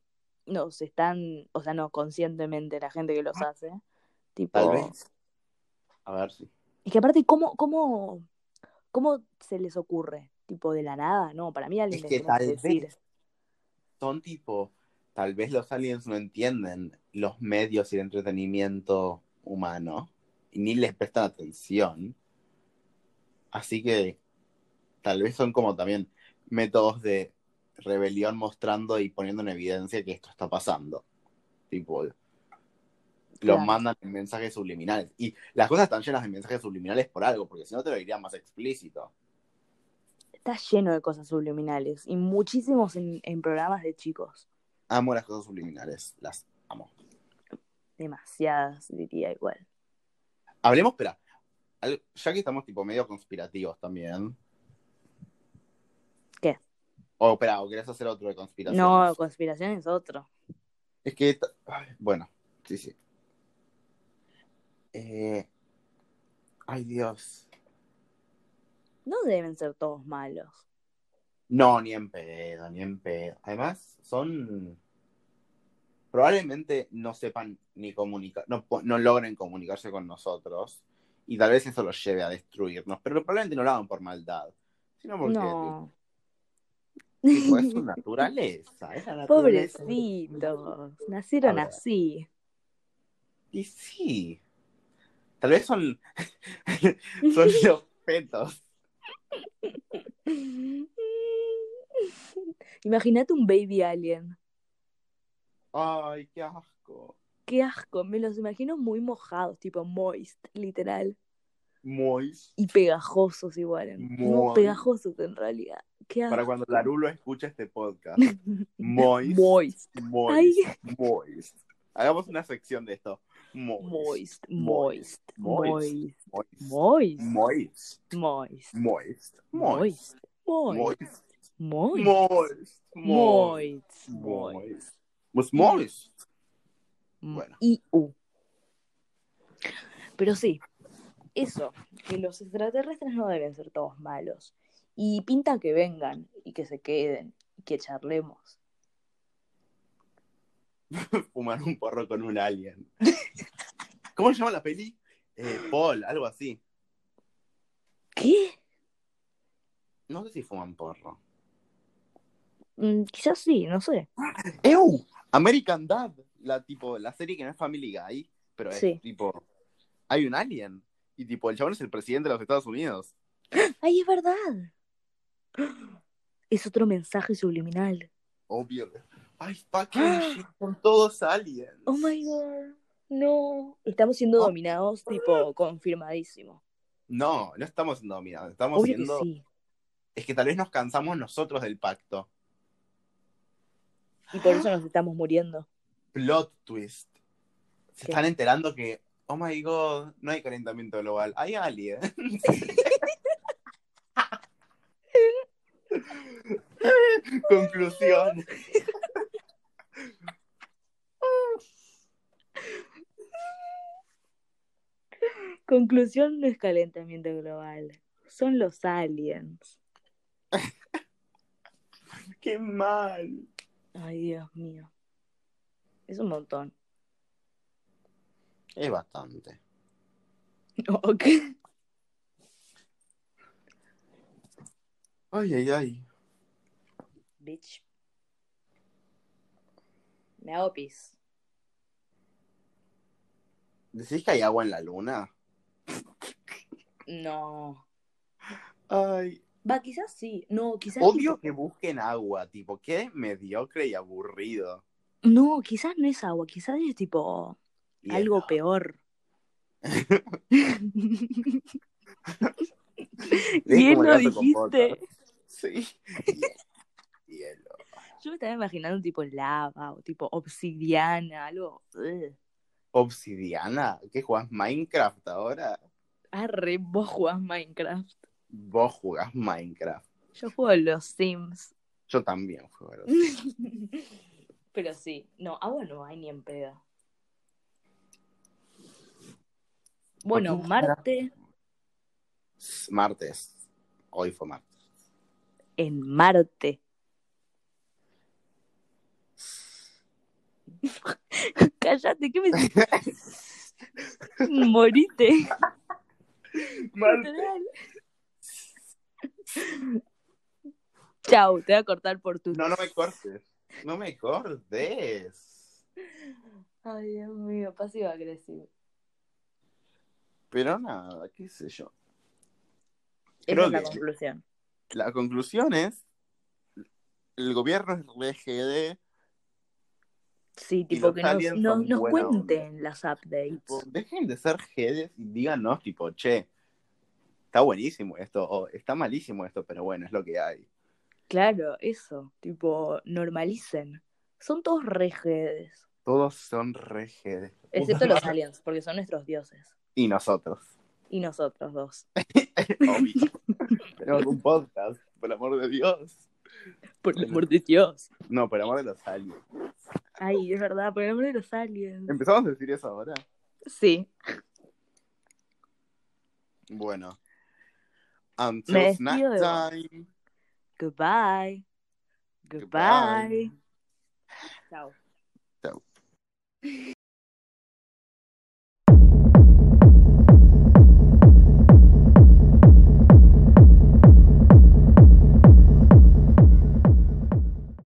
[SPEAKER 2] nos están, o sea, no, conscientemente la gente que los hace. Tipo,
[SPEAKER 1] Ah. Tal vez. A ver si.
[SPEAKER 2] Es que aparte, ¿cómo, cómo, cómo se les ocurre? Tipo, de la nada, no, para mí alguien
[SPEAKER 1] Es
[SPEAKER 2] le tiene
[SPEAKER 1] que
[SPEAKER 2] que
[SPEAKER 1] tal
[SPEAKER 2] decir.
[SPEAKER 1] vez. son tipo, tal vez los aliens no entienden los medios y el entretenimiento humano y ni les prestan atención. Así que tal vez son como también métodos de rebelión mostrando y poniendo en evidencia que esto está pasando. Tipo, los
[SPEAKER 2] Claro.
[SPEAKER 1] mandan en mensajes subliminales. Y las cosas están llenas de mensajes subliminales por algo, porque si no te lo diría más explícito.
[SPEAKER 2] Está lleno de cosas subliminales y muchísimos en, en programas de chicos.
[SPEAKER 1] Amo las cosas subliminales, las amo.
[SPEAKER 2] Demasiadas, diría igual.
[SPEAKER 1] Hablemos, espera. Al- Ya que estamos tipo medio conspirativos también.
[SPEAKER 2] ¿Qué?
[SPEAKER 1] O espera, o querés hacer otro de conspiración.
[SPEAKER 2] No, conspiración es otro.
[SPEAKER 1] Es que. ta- ay, Bueno, sí, sí. Eh, Ay, Dios.
[SPEAKER 2] No deben ser todos malos.
[SPEAKER 1] No, ni en pedo, ni en pedo. Además, son. Probablemente no sepan ni comunicar, no, po- no logren comunicarse con nosotros. Y tal vez eso los lleve a destruirnos. Pero probablemente no lo hagan por maldad. Sino porque
[SPEAKER 2] No.
[SPEAKER 1] tipo, es su naturaleza. Es la naturaleza.
[SPEAKER 2] Pobrecitos. Nacieron
[SPEAKER 1] A ver.
[SPEAKER 2] así.
[SPEAKER 1] Y sí. Tal vez son, son los fetos.
[SPEAKER 2] Imagínate un baby alien.
[SPEAKER 1] Ay, qué asco.
[SPEAKER 2] Qué asco. Me los imagino muy mojados, tipo moist, literal.
[SPEAKER 1] Mois.
[SPEAKER 2] Y pegajosos igual. No,
[SPEAKER 1] Muy.
[SPEAKER 2] pegajosos en realidad. Qué asco.
[SPEAKER 1] Para cuando Larulo escucha este podcast. Mois.
[SPEAKER 2] Moist. Ay.
[SPEAKER 1] Mois. Mois. Hagamos una sección de esto. Mois.
[SPEAKER 2] Moist, moist, moist,
[SPEAKER 1] Moist. Mois.
[SPEAKER 2] moist,
[SPEAKER 1] Mois.
[SPEAKER 2] moist,
[SPEAKER 1] Mois. Mois.
[SPEAKER 2] moist, moist, moist,
[SPEAKER 1] Mois. Mois. Mois.
[SPEAKER 2] moist,
[SPEAKER 1] Moist. Was Mois. Bueno.
[SPEAKER 2] y u. Pero sí, eso, que los extraterrestres no deben ser todos malos. Y pinta que vengan y que se queden y que charlemos.
[SPEAKER 1] Fumar un porro con un alien. ¿Cómo se llama la peli? Eh, Paul, algo así.
[SPEAKER 2] ¿Qué?
[SPEAKER 1] No sé si fuman porro.
[SPEAKER 2] Mm, quizás sí, no sé.
[SPEAKER 1] ¡Ew! American Dad, la, tipo, la serie que no es Family Guy, pero es
[SPEAKER 2] Sí.
[SPEAKER 1] tipo, hay un alien. Y tipo, el chabón es el presidente de los Estados Unidos.
[SPEAKER 2] ¡Ay, es verdad! Es otro mensaje subliminal. Ah.
[SPEAKER 1] Obvio. Ay, fucking shit, son todos aliens.
[SPEAKER 2] Oh my god. No. Estamos siendo
[SPEAKER 1] Oh.
[SPEAKER 2] dominados, tipo, confirmadísimo.
[SPEAKER 1] No, no estamos siendo dominados. Estamos
[SPEAKER 2] Obvio que
[SPEAKER 1] siendo.
[SPEAKER 2] sí.
[SPEAKER 1] Es que tal vez nos cansamos nosotros del pacto.
[SPEAKER 2] Y por eso nos estamos muriendo.
[SPEAKER 1] Plot twist. Se
[SPEAKER 2] ¿Qué?
[SPEAKER 1] están enterando que, oh my god, no hay calentamiento global, hay aliens. Conclusión.
[SPEAKER 2] Conclusión no es calentamiento global. Son los aliens.
[SPEAKER 1] Qué mal.
[SPEAKER 2] Ay, Dios mío. Es un montón.
[SPEAKER 1] Es bastante.
[SPEAKER 2] Ok.
[SPEAKER 1] Ay, ay, ay.
[SPEAKER 2] Bitch. Me hago pis.
[SPEAKER 1] ¿Decís que hay agua en la luna?
[SPEAKER 2] No.
[SPEAKER 1] Ay.
[SPEAKER 2] Va, quizás sí. No, quizás.
[SPEAKER 1] Odio que busquen agua, tipo, qué mediocre y aburrido.
[SPEAKER 2] No, quizás no es agua. Quizás es tipo
[SPEAKER 1] Y
[SPEAKER 2] algo
[SPEAKER 1] es-
[SPEAKER 2] peor.
[SPEAKER 1] es
[SPEAKER 2] Bien
[SPEAKER 1] como el
[SPEAKER 2] lo
[SPEAKER 1] gato con botas.
[SPEAKER 2] dijiste.
[SPEAKER 1] Sí. Hielo.
[SPEAKER 2] Yo me estaba imaginando tipo lava o tipo obsidiana, algo. Ugh.
[SPEAKER 1] Obsidiana, ¿qué jugás Minecraft ahora?
[SPEAKER 2] Arre, vos jugás Minecraft.
[SPEAKER 1] Vos jugás Minecraft.
[SPEAKER 2] Yo juego los Sims.
[SPEAKER 1] Yo también juego. a los-
[SPEAKER 2] Pero sí, no, agua no hay ni en pedo. Bueno,
[SPEAKER 1] ¿Por qué
[SPEAKER 2] Marte,
[SPEAKER 1] Martes. Hoy fue martes.
[SPEAKER 2] en Marte. Cállate, ¿qué me Morite. Literal. Chau, te voy a cortar por tu.
[SPEAKER 1] No, no me cortes. No me cortes.
[SPEAKER 2] Ay, Dios mío, pasivo agresivo.
[SPEAKER 1] Pero nada, qué sé yo.
[SPEAKER 2] Esa
[SPEAKER 1] Creo
[SPEAKER 2] es la
[SPEAKER 1] que-
[SPEAKER 2] conclusión.
[SPEAKER 1] La conclusión es, el gobierno es RGD,
[SPEAKER 2] Sí,
[SPEAKER 1] Y
[SPEAKER 2] tipo
[SPEAKER 1] los
[SPEAKER 2] que nos,
[SPEAKER 1] aliens
[SPEAKER 2] nos-
[SPEAKER 1] son
[SPEAKER 2] nos
[SPEAKER 1] buena onda.
[SPEAKER 2] cuenten las updates.
[SPEAKER 1] tipo, dejen de ser GDs y díganos, tipo, che, está buenísimo esto, o está malísimo esto, pero bueno, es lo que hay.
[SPEAKER 2] Claro, eso. Tipo, normalicen. Son todos rejedes.
[SPEAKER 1] Todos son RGD.
[SPEAKER 2] Excepto los aliens, porque son nuestros dioses.
[SPEAKER 1] Y nosotros.
[SPEAKER 2] Y nosotros dos.
[SPEAKER 1] Obvio. Tenemos un podcast, por amor de Dios.
[SPEAKER 2] Por
[SPEAKER 1] el amor
[SPEAKER 2] de Dios.
[SPEAKER 1] No, por amor de los aliens.
[SPEAKER 2] Ay, es verdad, por el amor de los aliens.
[SPEAKER 1] ¿Empezamos a decir eso ahora?
[SPEAKER 2] Sí.
[SPEAKER 1] Bueno. Until
[SPEAKER 2] Me
[SPEAKER 1] snack
[SPEAKER 2] despido de vos.
[SPEAKER 1] time.
[SPEAKER 2] Goodbye. Goodbye.
[SPEAKER 1] Goodbye.
[SPEAKER 2] Chao.
[SPEAKER 1] Chao.